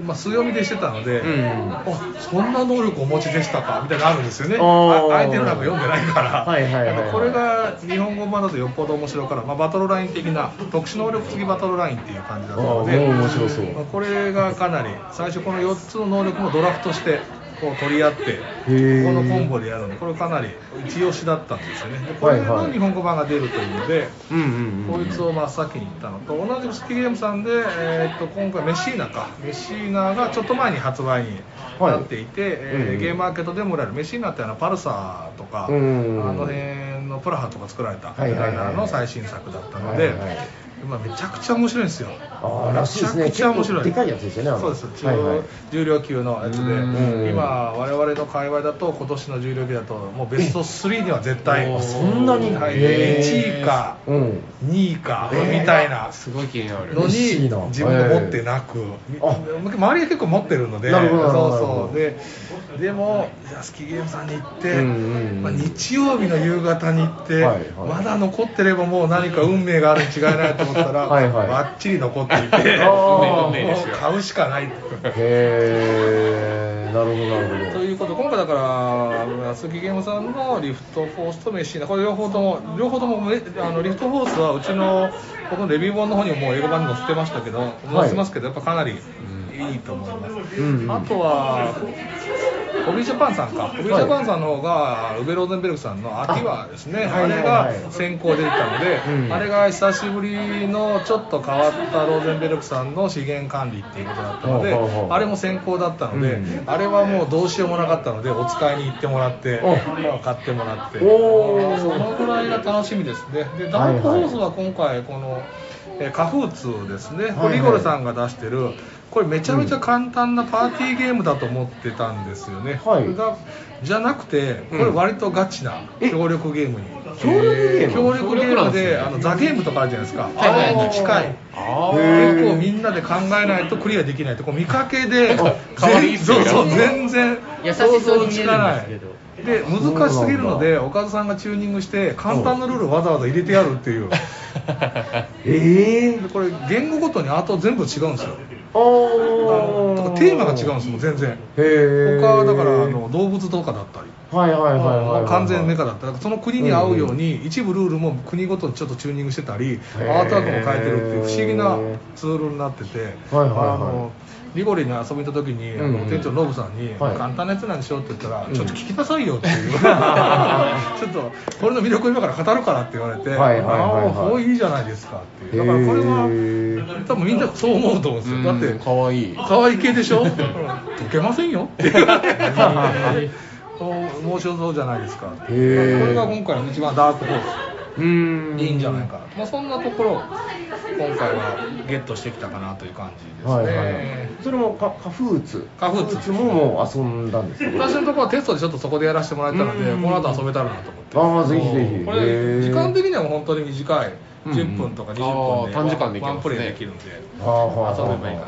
Speaker 5: まあ、数読みでしてたので、
Speaker 4: ん
Speaker 5: あそんな能力お持ちでしたかみたいなのあるんですよね
Speaker 4: あー
Speaker 5: あ相手の中読んでないから、
Speaker 4: はいはいはいはい
Speaker 5: これが日本語版だとよっぽど面白いから、まあ、バトルライン的な特殊能力付きバトルラインっていう感じだったので
Speaker 4: あーもう面白そう
Speaker 5: まあこれがかなり最初この4つの能力もドラフトしてこう取り合ってここ
Speaker 4: ー
Speaker 5: のコンボでやるのでこれかなり一押しだったんですよねでこれ
Speaker 4: はい
Speaker 5: の
Speaker 4: はい
Speaker 5: 日本語版が出るというので、
Speaker 4: うんうんうん
Speaker 5: こいつを真っ先に行ったのと同じくスキーゲームさんで、えー、と今回メシーナかメシーナがちょっと前に発売になっていて、えー
Speaker 4: うん
Speaker 5: ゲームマーケットでもらえるメシーナってあのパルサーとか、
Speaker 4: うん
Speaker 5: あの辺のプラハとか作られた
Speaker 4: はいはいはい
Speaker 5: デザイナーの最新作だったので、
Speaker 4: はいはい
Speaker 5: まあ、めちゃくちゃ面白いんですよ
Speaker 4: あーらしいですね
Speaker 5: めちゃくちゃ面白い
Speaker 4: 結構でかいやつですよねあの
Speaker 5: そうです中、
Speaker 4: はいはい
Speaker 5: 重量級のやつで
Speaker 4: うん
Speaker 5: 今我々の界隈だと今年の重量級だともうベスト3には絶対
Speaker 2: おー
Speaker 4: そんなに
Speaker 5: はい、
Speaker 4: へー
Speaker 5: 1位か
Speaker 4: うん
Speaker 5: 2位かみたいな
Speaker 2: すごい気になる
Speaker 5: の
Speaker 4: 嬉しい
Speaker 5: に
Speaker 4: な
Speaker 5: 自分で持ってなく、
Speaker 4: あ
Speaker 5: 周りが結構持ってるので
Speaker 4: なるほどなる
Speaker 5: そ
Speaker 4: ほど
Speaker 5: うそうででもいやスキーゲームさんに行って、
Speaker 4: うんうんうん
Speaker 5: まあ、日曜日の夕方に行って、
Speaker 4: はいはい
Speaker 5: まだ残ってればもう何か運命があるに違いないと思った ら
Speaker 4: はいはい
Speaker 5: ばっちり残っていて
Speaker 4: あー
Speaker 5: もう買うしかない
Speaker 4: へえなるほどなるほ
Speaker 5: ということ今回だから鈴木ゲームさんのリフトフォースとメッシーナこれ両方とも両方ともめあのリフトフォースはうちの僕のレビュー本の方にももう英語版に載せてましたけど載せてますけどやっぱかなりいいと思います、
Speaker 4: うんうん
Speaker 5: あとはオビジャパンさんか、オビジャパンさんの方が、ウベ・ローゼンベルクさんの秋はですね、
Speaker 4: あ
Speaker 5: あれ
Speaker 4: はいは
Speaker 5: が
Speaker 4: いはい
Speaker 5: 先行で行ったので、
Speaker 4: うん
Speaker 5: あれが久しぶりのちょっと変わったローゼンベルクさんの資源管理っていうことだったので、
Speaker 4: ほうほうほう
Speaker 5: あれも先行だったので、
Speaker 4: うん
Speaker 5: あれはもうどうしようもなかったので、お使いに行ってもらって、
Speaker 4: お
Speaker 5: 買ってもらって、
Speaker 4: おー
Speaker 5: そのぐらいが楽しみですね。で、ダークホースは今回、この、えーカフーツーですね、
Speaker 4: はいはい
Speaker 5: リゴルさんが出してる、これめちゃめちゃ簡単なパーティーゲームだと思ってたんですよね、
Speaker 4: はい
Speaker 5: がじゃなくてこれ割とガチな協力ゲームに、
Speaker 4: 協力ゲーム
Speaker 5: 協力ゲ
Speaker 2: 協力
Speaker 5: ー
Speaker 2: な
Speaker 5: ム
Speaker 2: んです
Speaker 5: で
Speaker 2: ね
Speaker 5: あのザ・ゲームとかあるじゃないですか
Speaker 2: いはい
Speaker 5: あれに近い
Speaker 2: あ
Speaker 4: へ
Speaker 2: ー
Speaker 4: ー
Speaker 5: 結構みんなで考えないとクリアできないとこう見かけで
Speaker 2: 可愛いっすよ
Speaker 5: 全そうそう
Speaker 2: やっぱ
Speaker 5: 全然
Speaker 6: 優しそうに見えるん
Speaker 5: ない
Speaker 6: です
Speaker 5: で難しすぎるのでおかずさんがチューニングして簡単なルールをわざわざ入れてやるっていう
Speaker 4: ええ
Speaker 5: でこれ言語ごとにアート全部違うんですよ
Speaker 4: あー
Speaker 5: とかテーマが違うんですもん全然
Speaker 4: へえ
Speaker 5: 他はだからあの動物とかだったり
Speaker 4: はいはいはいはいはい、
Speaker 5: もう完全メカだっただからその国に合うように一部ルールも国ごとにちょっとチューニングしてたりア
Speaker 4: ー
Speaker 5: ートワークも変えてるっていう不思議なツールになっててあ
Speaker 4: はいはいはい
Speaker 5: のリゴリに遊びに行った時にあ
Speaker 4: うんう
Speaker 5: の
Speaker 4: ん
Speaker 5: 店長ノブさんに「
Speaker 4: はい
Speaker 5: 簡単なやつなんでしょ」って言ったら
Speaker 4: う
Speaker 5: 「
Speaker 4: ん
Speaker 5: ちょっと聞きなさいよ」っ ていうちょっとこれの魅力を今から語るからって言われて「
Speaker 4: はいはいはいはい
Speaker 5: ああもういいじゃないですか」っていうだからこれ
Speaker 4: へ
Speaker 5: は
Speaker 4: ー
Speaker 5: 多分みんなそう思うと思うんですよだって
Speaker 2: かわいい
Speaker 5: 可愛い系でしょ 溶けません よって言われてそう面白そうじゃないですかこ
Speaker 4: へー
Speaker 5: れが今回の一番ダークホー
Speaker 4: うーん
Speaker 5: スいいんじゃないかな、まあ、そんなところを今回はゲットしてきたかなという感じです
Speaker 4: は
Speaker 5: ね、
Speaker 4: いはいはいそれもカカフーツ
Speaker 5: カフーツ
Speaker 4: ももう遊んだんです けど
Speaker 5: 私のところはテストでちょっとそこでやらせてもらえたので
Speaker 4: うん
Speaker 5: この後遊べたらなと思って
Speaker 4: ああぜひぜひ
Speaker 5: こ
Speaker 4: へ
Speaker 5: れ
Speaker 4: ー
Speaker 5: 時間的にはもう本当に短い
Speaker 4: うん
Speaker 5: 10分とか20分で
Speaker 2: あー短時間でいけ
Speaker 5: ワ
Speaker 2: ますね
Speaker 5: ンプレイできるんで遊
Speaker 4: あーはーはー
Speaker 5: べばいいかなと思いま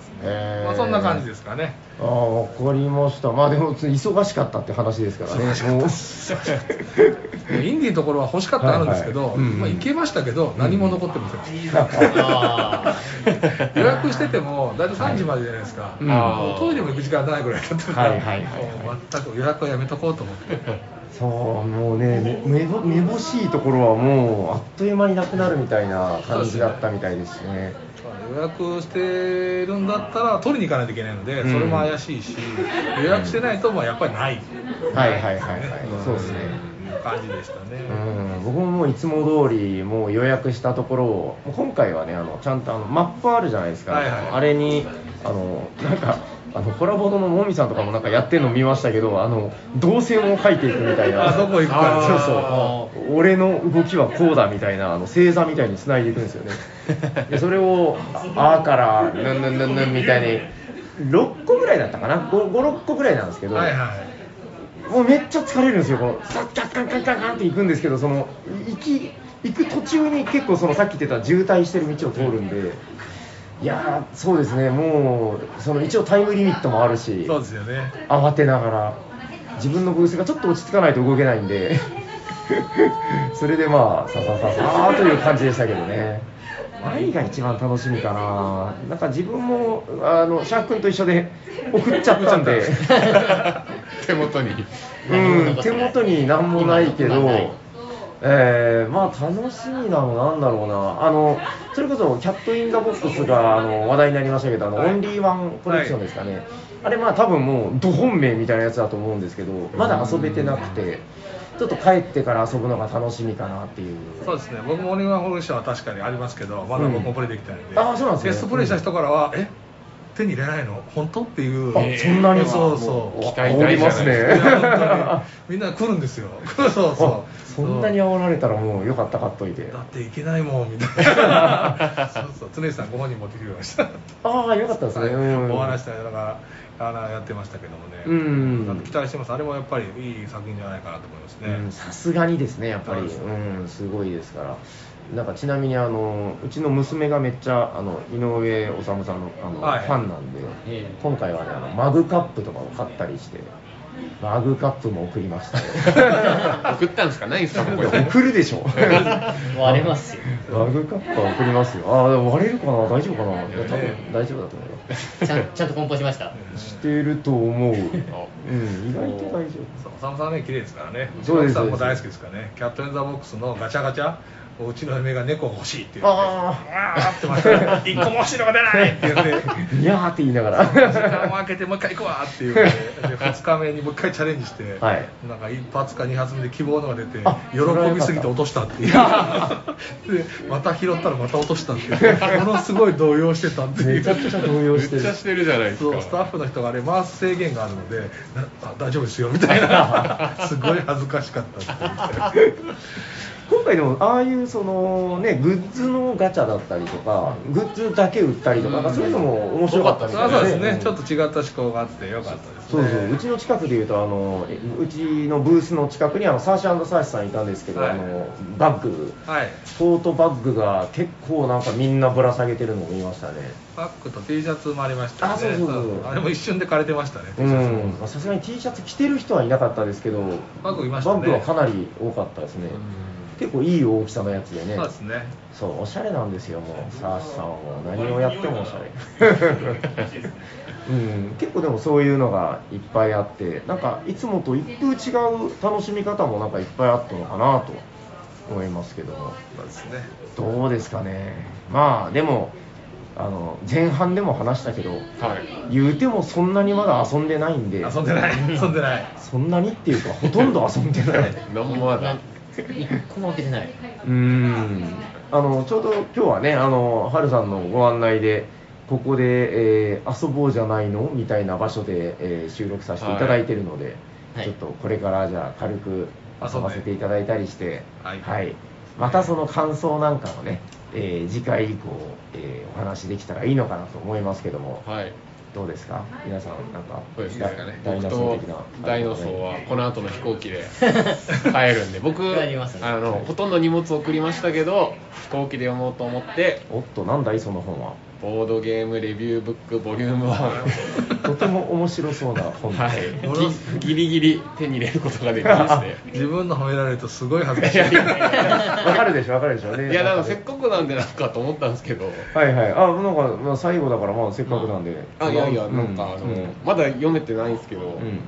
Speaker 5: すね、
Speaker 4: へー
Speaker 5: まあ、そんな感じですかね
Speaker 4: ああわかりましたまあでも忙しかったって話ですからねもう
Speaker 5: インディーのところは欲しかったらあるんですけど、
Speaker 4: はいはいうんうん
Speaker 5: まあ、行けましたけど、何も残ってません、
Speaker 6: あ
Speaker 5: 予約してても、大体3時までじゃないですか、
Speaker 4: うん
Speaker 5: もうトイレも行く時間ないぐらいだったから、
Speaker 4: はいはいはいはい
Speaker 5: もう全く予約はやめとこうと思って、
Speaker 4: そうもうねねめぼめぼしいところはもうあっという間になくなるみたいな感じだったみたいですしね
Speaker 5: 予約してるんだったら、取りに行かないといけないので、
Speaker 4: うん
Speaker 5: それも怪しいし、予約してないと、まあやっぱりない、
Speaker 4: はいはいはいはいそうですね
Speaker 5: うん感じでしたね。
Speaker 4: うん僕ももういつも通りもう予約したところをもう今回はねあのちゃんとあのマップあるじゃないですか、
Speaker 5: はいはい
Speaker 4: あれにあのなんかあのコラボのもみさんとかもなんかやってるの見ましたけどあの動線を書いていくみたいな
Speaker 5: あどこ行くか
Speaker 4: あそうそう俺の動きはこうだみたいなあの星座みたいに繋いでいくんですよ ねでそれを「あ」から「ぬんぬんぬんぬん」みたいに6個ぐらいだったかな56個ぐらいなんですけど、
Speaker 5: はいはい
Speaker 4: もうめっちゃ疲れるんですよ、このさっカンカンカンカンカンって行くんですけど、そのい行き行く途中に結構そのさっき言ってた渋滞してる道を通るんで、いやー、そうですね、もうその一応タイムリミットもあるし、
Speaker 5: そうですよね
Speaker 4: 慌てながら、自分のブースがちょっと落ち着かないと動けないんで、 それでまあ、ささささーという感じでしたけどね。何が一番楽しみかな、なんか自分もあのシャーク君と一緒で送っちゃったんで。
Speaker 2: 手元に
Speaker 4: うん、手元に何もないけ
Speaker 6: 今ない
Speaker 4: ど、えー、まあ楽しみなのなんだろうな、あのそれこそキャット・イン・ザ・ボックスがあの話題になりましたけど、あのオンリーワンコレクションですかね、あれ、まあ多分もう、ど本命みたいなやつだと思うんですけど、まだ遊べてなくて、ちょっと帰ってから遊ぶのが楽しみかなっていう。
Speaker 5: そうですね、僕もオリンワンホールショーは確かにありますけど、まだ僕もプレイできてないん
Speaker 4: う
Speaker 5: で、
Speaker 4: んあそうなんですね
Speaker 5: テストプレイした人からは、え手に入れないの、本当っていう、
Speaker 4: あそんなに
Speaker 5: そうそう、
Speaker 4: 期
Speaker 2: 期
Speaker 4: 待
Speaker 2: 待
Speaker 4: 大
Speaker 2: 大
Speaker 4: じ
Speaker 2: じゃ
Speaker 4: ゃな
Speaker 2: ないい
Speaker 4: で
Speaker 2: ですす
Speaker 4: か
Speaker 2: か
Speaker 5: い や本当にみんな来る んですよ、そうそう
Speaker 4: あ
Speaker 5: そ
Speaker 4: そんなに煽られたらもうよかった買っといて
Speaker 5: だっていけないもんみたい な、そうそう、常さん、ご本人持ってきてくれました。
Speaker 4: ああよかったですね、うん
Speaker 5: お話ししたりだからあのやってましたけどもね、
Speaker 4: うん
Speaker 5: なんか期待してます、あれもやっぱりいい作品じゃないかなと思いますね。
Speaker 4: うんさすがにですねやっぱり
Speaker 5: そう
Speaker 4: う
Speaker 5: です
Speaker 4: んすごいですからなんかちなみにあのうちの娘がめっちゃあの井上治さんのあの、
Speaker 5: はい
Speaker 4: ファンなんで、
Speaker 6: ええ
Speaker 4: 今回はねあのマグカップとかを買ったりしてマグカップも送りました よ
Speaker 2: 送ったんですかないんですかこ
Speaker 4: こ
Speaker 2: れ
Speaker 4: れ送るでしょ
Speaker 6: ー割れますよ
Speaker 4: マグカップは送りますよああ割れるかな大丈夫かないや多分大丈夫だと思います
Speaker 6: ちゃんちゃんと梱包しました
Speaker 4: してると思う、うん、意外と大丈夫
Speaker 5: そう、おさむさんね、綺麗ですからね。
Speaker 4: そうです
Speaker 5: うちの奥さんも大好きですからね。キャットインザボックスのガチャガチャ、うちの嫁が猫が欲しいって言って
Speaker 1: あ
Speaker 5: あーってまた一個も欲しいのが出ないって 言って
Speaker 4: ーにゃーって言いなが
Speaker 5: 時
Speaker 4: ら
Speaker 5: 間を空けてもう一回行くわっていうで2日目にもう一回チャレンジして、
Speaker 4: はい
Speaker 5: なんか1発か2発目で希望のが出て
Speaker 4: あ
Speaker 5: 喜びすぎて落としたっていうでまた拾ったらまた落としたって いうものすごい動揺してたっていう
Speaker 4: めちゃくちゃ動揺
Speaker 2: め
Speaker 4: し
Speaker 2: って
Speaker 4: る
Speaker 2: ちゃしてるじゃないです
Speaker 5: そう
Speaker 2: か
Speaker 5: スタッフの人があれ回す制限があるのでなあ大丈夫ですよみた いなすごい恥ずかしかったって言って
Speaker 4: 今回でもああいうそのねグッズのガチャだったりとかグッズだけ売ったりとか、なんかそういうのも面白かったみた
Speaker 5: あ
Speaker 4: い
Speaker 5: そ
Speaker 4: な
Speaker 5: うですね、ちょ
Speaker 4: ん
Speaker 5: っと違った思考があってよかったです
Speaker 4: そう
Speaker 5: ね
Speaker 4: そううちの近くでいうとあのえうちのブースの近くにあのサーシャサーシさんいたんですけど、
Speaker 5: はい
Speaker 4: あのバッグ
Speaker 5: はい
Speaker 4: トートバッグが結構なんかみんなぶら下げてるのを見ましたね
Speaker 5: バッグと T シャツもありましたね
Speaker 4: あそうそうそう
Speaker 5: あれも一瞬で枯れてましたね、
Speaker 4: うんまあさすがに T シャツ着てる人はいなかったですけど
Speaker 5: バッグいましたね
Speaker 4: バッグはかなり多かったですね結構いい大きさのやつでね
Speaker 5: そうですね
Speaker 4: そうおしゃれなんですよもうサーシさんはもう何をやってもおしゃれうん、結構でもそういうのがいっぱいあってなんかいつもと一風違う楽しみ方もなんかいっぱいあったのかなと思いますけども
Speaker 5: そうですね
Speaker 4: どうですかねまあでもあの前半でも話したけど
Speaker 2: はい
Speaker 4: 言うてもそんなにまだ遊んでないんで
Speaker 5: 遊ん でない遊んでない
Speaker 4: そんなにっていうかほとんど遊んで ない
Speaker 2: 何もまだ
Speaker 6: 一個も受けてない。
Speaker 4: うーんあのちょうど今日はねあの春さんのご案内でここで、えー遊ぼうじゃないのみたいな場所で、えー収録させていただいてるので、
Speaker 6: はい
Speaker 4: ちょっとこれからじゃあ軽く遊ばせていただいたりして、
Speaker 5: はい
Speaker 4: またその感想なんかもね、えー次回以降、えーお話できたらいいのかなと思いますけども、
Speaker 2: はい
Speaker 4: どうですか皆さんなんか
Speaker 2: そうですね
Speaker 4: ダイ
Speaker 2: 僕
Speaker 4: ナソー
Speaker 2: と
Speaker 4: 的な
Speaker 2: ダイノソーはこの後の飛行機で帰るんで僕
Speaker 6: 帰りますね
Speaker 2: あのほとんど荷物送りましたけど飛行機で読もうと思って
Speaker 4: おっとなんだいその 本は
Speaker 2: ボードゲームレビューブックボリューム1
Speaker 4: とても面白そうな本
Speaker 2: は
Speaker 4: です、
Speaker 2: いギギリギリ手に入れることができまして
Speaker 5: 自分の褒められるとすごい恥ずかしい
Speaker 4: わかるでしょわかるでしょね
Speaker 2: いやだからせっかくなんでなんかと思ったんですけど
Speaker 4: はいはいあなんか、まあ、最後だからまあせっかくなんで、
Speaker 2: あいやいや
Speaker 4: う
Speaker 2: なんかあの、
Speaker 4: うん
Speaker 2: まだ読めてないんですけど、
Speaker 4: うん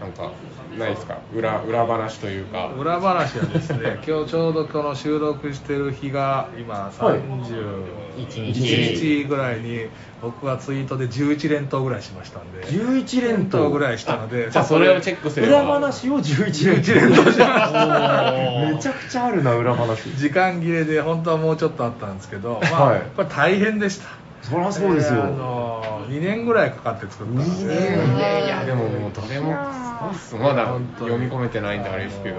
Speaker 2: なんかないですか裏裏話というか
Speaker 5: 裏話はですね今日ちょうどこの収録してる日が今
Speaker 4: はい
Speaker 6: 一
Speaker 5: 31
Speaker 6: 日
Speaker 5: 日ぐらいに僕はツイートで11連投ぐらいしましたんで
Speaker 4: 11連投
Speaker 5: 投ぐらいしたので
Speaker 2: じゃあそれをチェックすれば
Speaker 4: 裏話を11連投めちゃくちゃあるな裏話
Speaker 5: 時間切れで本当はもうちょっとあったんですけど、まあ
Speaker 4: はい
Speaker 5: これ大変でした
Speaker 4: そりゃそうですよ、
Speaker 5: えーあの2年ぐらいかかって作ったんで
Speaker 4: 二年
Speaker 2: いやでももうどれもまだ読み込めてないんであれですけど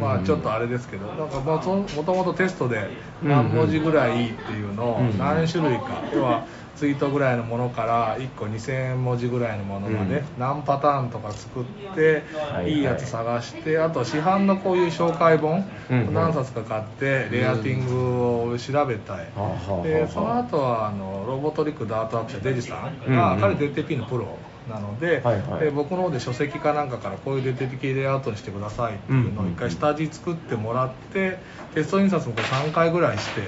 Speaker 5: まあちょっとあれですけど、なんかまあそもともとテストで何文字ぐらいっていうのを
Speaker 4: うんうん
Speaker 5: 何種類か、要はツイートぐらいのものから1個2000文字ぐらいのものま
Speaker 4: う
Speaker 5: で
Speaker 4: ん
Speaker 5: 何パターンとか作って、
Speaker 4: はいはい
Speaker 5: いいやつ探してあと市販のこういう紹介本
Speaker 4: うんうん
Speaker 5: 何冊か買ってレイアウティングを調べたい、
Speaker 4: はあはあはあ
Speaker 5: でその後はあのロボトリックダートアクションデジさん
Speaker 4: う
Speaker 5: が
Speaker 4: んうん
Speaker 5: 彼 DTP のプロなので,、
Speaker 4: はいはい
Speaker 5: で僕の方で書籍かなんかからこういう DTP レイアウトにしてくださいっていうのを一回下地作ってもらってテスト印刷もこれ3回ぐらいして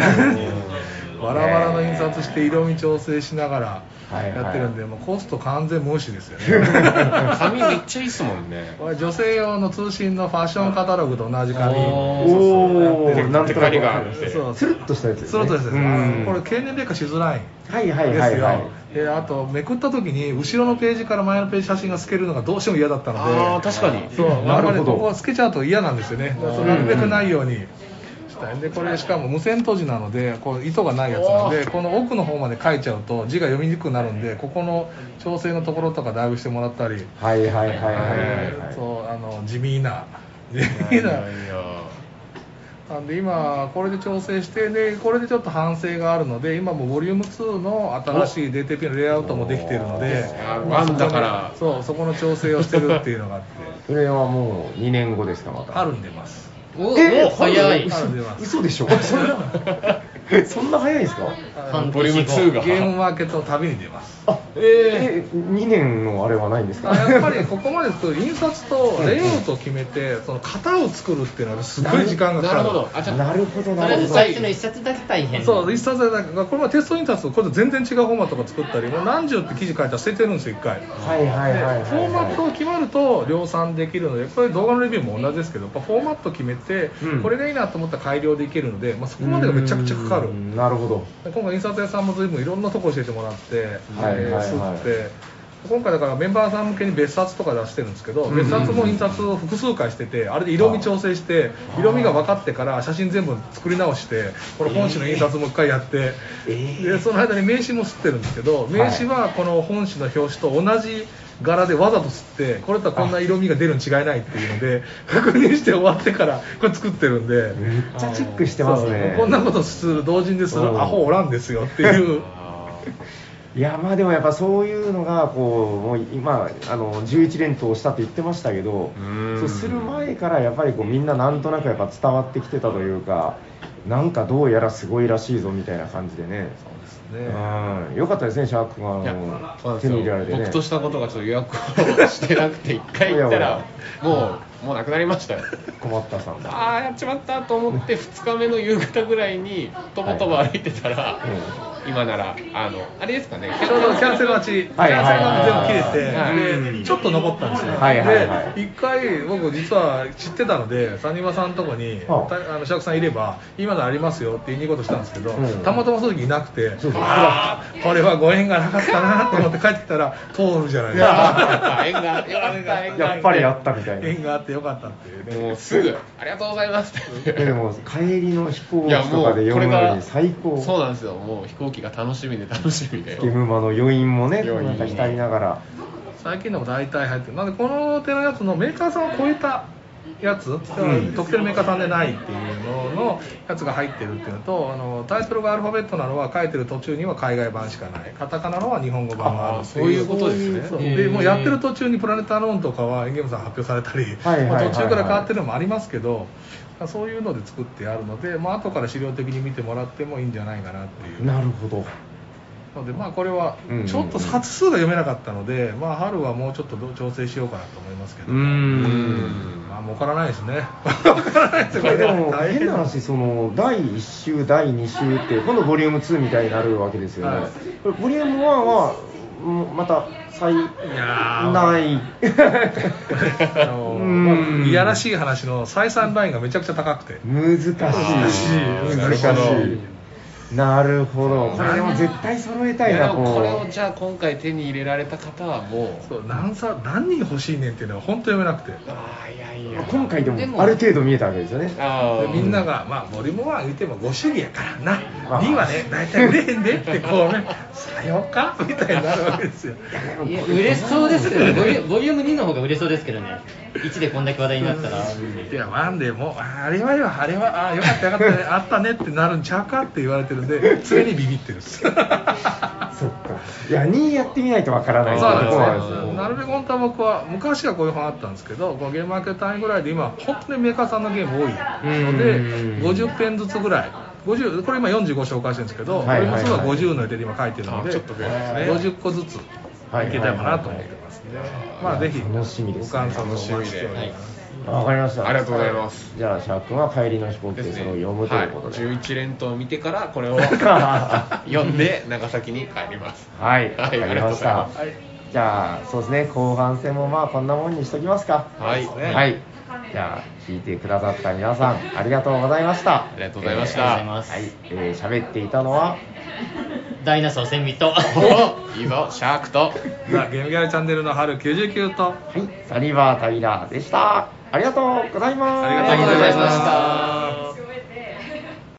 Speaker 5: バラバラの印刷して色味調整しながらやってるんで、もうコスト完全無視ですよね
Speaker 2: 髪めっちゃいいっすもんね
Speaker 5: これ女性用の通信のファッションカタログと同じ紙
Speaker 6: お
Speaker 4: お
Speaker 5: やって
Speaker 4: お
Speaker 5: る
Speaker 4: なんとなく
Speaker 2: 光が
Speaker 4: わ
Speaker 2: あ
Speaker 4: か
Speaker 2: るん
Speaker 4: る
Speaker 2: で
Speaker 5: そう
Speaker 4: つるっとしたやつですね
Speaker 5: そのとですね、
Speaker 4: うん
Speaker 5: これ経年劣化しづらい
Speaker 4: はいはい
Speaker 5: で
Speaker 4: は
Speaker 5: す
Speaker 4: い
Speaker 5: よ、
Speaker 4: はい
Speaker 5: であとめくった時に後ろのページから前のページ写真が透けるのがどうしても嫌だったので
Speaker 2: あー確かに
Speaker 5: そう
Speaker 4: なるほど
Speaker 5: あんまりここは透けちゃうと嫌なんですよねだからそうなるべくないようにしたいでこれしかも無線当時なのでこう糸がないやつなんでこの奥の方まで書いちゃうと字が読みにくくなるんでここの調整のところとかだいぶしてもらったり、
Speaker 4: はいはいはいはいはいはい
Speaker 5: そうあの地味な地
Speaker 2: い
Speaker 5: 味
Speaker 2: やい
Speaker 5: な
Speaker 2: やいや
Speaker 5: なんで今これで調整してでこれでちょっと反省があるので今もうボリューム2の新しい DTP のレイアウトもできているので
Speaker 2: あワンだから
Speaker 5: そうそこの調整をしてるっていうのがあって
Speaker 4: それはもう2年後ですかまた
Speaker 5: あるんでます
Speaker 6: お
Speaker 4: え
Speaker 6: お早い。
Speaker 5: あるんでます
Speaker 4: 嘘でしょ そんなそんな早いんですか
Speaker 6: 半
Speaker 2: ボリューム
Speaker 6: 年後
Speaker 2: 2
Speaker 5: ゲ
Speaker 2: が
Speaker 5: ームマーケットの旅に出ます
Speaker 4: あえ2年のあれはないんですか
Speaker 5: あやっぱりここまでと印刷とレイアウトを決めてその型を作るっていうのはすごい時間がか
Speaker 2: なる
Speaker 5: かる
Speaker 2: ほど。あ、じゃあ
Speaker 4: なるほどな
Speaker 6: それ
Speaker 4: る
Speaker 6: は
Speaker 4: ほど
Speaker 6: 最初の一冊だけ大変
Speaker 5: そう一冊だけこれはテスト印刷とこれ全然違うフォーマットが作ったりもう何十って記事書いたら捨ててるんですよ一回
Speaker 4: はいはいはいはい
Speaker 5: でフォーマットを決まると量産できるのでこれ動画のレビューも同じですけどやっぱフォーマット決めて
Speaker 4: うん
Speaker 5: これがいいなと思ったら改良できるので、まあ、そこまでがめちゃくちゃかかる
Speaker 4: うーんなるほど
Speaker 5: で今回印刷屋さんも随分いろんなとこ教えてもらって、
Speaker 4: はい
Speaker 5: えー
Speaker 4: はいはい
Speaker 5: 吸って今回だからメンバーさん向けに別冊とか出してるんですけど、
Speaker 4: うん
Speaker 5: 別冊も印刷を複数回しててあれで色味調整して色味が分かってから写真全部作り直してこの本誌の印刷もう一回やって、でその間に名刺も吸ってるんですけど名刺はこの本誌の表紙と同じ柄でわざと吸ってこれとはこんな色味が出るに違いないっていうので確認して終わってからこれ作ってるんで。
Speaker 4: めっちゃチェックしてますね
Speaker 5: こんなことする同人でする
Speaker 4: うん
Speaker 5: アホおらんですよって いう。
Speaker 4: いやまあでもやっぱそういうのがこうもう今あの11連投したって言ってましたけどそうする前からやっぱりこうみんななんとなくやっぱ伝わってきてたというかなんかどうやらすごいらしいぞみたいな感じでねうんよかったですねシャークが
Speaker 2: いや
Speaker 4: あ
Speaker 2: そうな
Speaker 4: の
Speaker 2: んです
Speaker 4: 手
Speaker 2: よ
Speaker 4: に入れられてね
Speaker 2: 僕としたことがちょっと予約をしてなくて一回行ったらもうもうなくなりましたよ
Speaker 4: 困ったさんだ
Speaker 2: ああやっちまったと思って2日目の夕方ぐらいにとぼとぼ歩いてたら、今ならあのあれですかね
Speaker 5: ちょうどキャンセル待ち、キャンセル
Speaker 4: はいはい
Speaker 5: が全部切
Speaker 2: はい
Speaker 5: れて、でちょっと残ったんですよ、
Speaker 4: はいはいはい
Speaker 5: で一回、僕、実は知ってたので、サニバさんのとこに、
Speaker 4: はあ
Speaker 5: たあのシャークさんいれば、今のありますよって言いに行こうとしたんですけど、
Speaker 4: うん
Speaker 5: たまたまその時いなくて、
Speaker 4: そうそう
Speaker 5: あーこれはご縁がなかったなと思って帰ってきたら、通るじゃないです
Speaker 2: あ
Speaker 5: か、
Speaker 2: ー縁がよかった縁が
Speaker 4: やっぱりあったみたいな
Speaker 5: 縁があってよかったっていうね。
Speaker 2: もうすぐありがとうございますって
Speaker 4: でも帰りの飛行
Speaker 2: いや
Speaker 4: 機と
Speaker 2: も
Speaker 4: か
Speaker 2: う
Speaker 4: で
Speaker 2: こ
Speaker 4: 読
Speaker 2: れ
Speaker 4: むの
Speaker 2: が
Speaker 4: に最高
Speaker 2: そうなんですよもう飛行機が楽しみで楽しみで
Speaker 4: ゲムマの余韻もね
Speaker 2: 余韻
Speaker 4: なんか浸りながら
Speaker 5: 最近でも大体入ってるなんでこの手のやつのメーカーさんを超えたやつ、
Speaker 4: ん
Speaker 5: 特定のメーカーさんでないっていうののやつが入ってるっていうのとあのタイトルがアルファベットなのは書いてる途中には海外版しかないカタカナのは日本語版があるっていう
Speaker 2: あーそういうことですね
Speaker 5: そう
Speaker 6: へー
Speaker 5: でもうやってる途中にプラネタローンとかはエンゲームさん発表されたり、
Speaker 4: はいはいはいはい
Speaker 5: まあ途中から変わってるのもありますけどそういうので作ってあるので、まあ後から資料的に見てもらってもいいんじゃないかなっていう
Speaker 4: なるほど
Speaker 5: のでまあこれは
Speaker 4: うんうんうん
Speaker 5: ちょっと冊数が読めなかったので、まあ春はもうちょっとどう調整しようかなと思いますけど、
Speaker 4: うーん
Speaker 5: まあ儲からないですね 儲からないですよこれ
Speaker 4: でも
Speaker 5: 大
Speaker 4: 変
Speaker 5: 変
Speaker 4: な話その第1週第2週って今度ボリューム2みたいになるわけですよね、
Speaker 5: はい
Speaker 4: これボリューム1はもうまた再
Speaker 5: やー
Speaker 4: ない
Speaker 5: あの
Speaker 4: うん
Speaker 5: まあいやらしい話の採算ラインがめちゃくちゃ高くて
Speaker 4: 難しい難しい
Speaker 5: なるほ
Speaker 4: なるほどこれでも絶対揃えたい
Speaker 2: いや
Speaker 4: な
Speaker 2: でもこれをじ
Speaker 4: ゃ
Speaker 2: ゃあ今回手に入れられた方はもう
Speaker 5: そう何さ何人欲しいねんっていうのは本当読めなくて
Speaker 2: ああいやいや
Speaker 4: 今回でもある程度見えたわけですよね
Speaker 2: あ
Speaker 5: で
Speaker 2: ー
Speaker 5: みんなが、まあ、森もは言ってもご主義やからな、
Speaker 4: まあ
Speaker 5: 2はね、大体売れへんでって、こうね、さようかみたいになるわけですよ。
Speaker 6: いや売れそうですけどねボリュボリューム2の方が売れそうですけどね1でこんだけ話題になったら
Speaker 5: いや、ワンでもう、ああれはよ、あれは、ああ、よかったよかったね、あったねってなるんちゃうかって言われてるんで、常にビビってるっす。 そうなん
Speaker 4: そっかいや2やってみないとわからない
Speaker 5: です
Speaker 4: そ
Speaker 5: ね
Speaker 4: う
Speaker 2: そう
Speaker 4: な
Speaker 2: なんんで
Speaker 4: で
Speaker 2: すす
Speaker 4: よ
Speaker 2: よ
Speaker 5: なるべく本当は僕は昔はこういう本あったんですけどこのゲームマーケット単位ぐらいで今本当にメーカーさんのゲーム多いので
Speaker 4: うん
Speaker 5: 50ペンずつぐらい50これ今45紹介してるんですけど、
Speaker 4: はい
Speaker 5: こ
Speaker 4: はい
Speaker 5: れ
Speaker 4: は
Speaker 5: も
Speaker 4: い
Speaker 5: すぐは50の予定で今書いてるので
Speaker 2: あちょっと増えますね
Speaker 5: 50個ずついけたらかなと思ってますねまあぜひ
Speaker 4: 楽しみですね
Speaker 5: ご感想もお待ちしております
Speaker 4: わかりました
Speaker 2: ありがとうございます
Speaker 4: じゃあシャークは帰りの飛行機でそれを読むということで
Speaker 2: はい、11連投を見てからこれ を読んで長崎に帰ります
Speaker 4: はい、わ
Speaker 2: は
Speaker 4: か
Speaker 2: い
Speaker 4: りまし
Speaker 2: あり
Speaker 4: た
Speaker 2: がとうご。
Speaker 4: じゃあ、そうですね、後半戦もまあこんなもんにしときますか。
Speaker 2: はい
Speaker 4: はい。じゃあ、聞いてくださった皆さん、ありがとうございました。
Speaker 2: ありがとうございまし
Speaker 6: ありがとうござ
Speaker 2: た
Speaker 6: い、ます、
Speaker 4: はい、えー喋っていたのは、
Speaker 6: ダイナソー千人と
Speaker 2: おいいぞシャークと
Speaker 5: さあゲームギャラチャンネルの春99と
Speaker 4: はい、サニバー・タイラーでした。ありがとうございます。
Speaker 5: ありがとうございました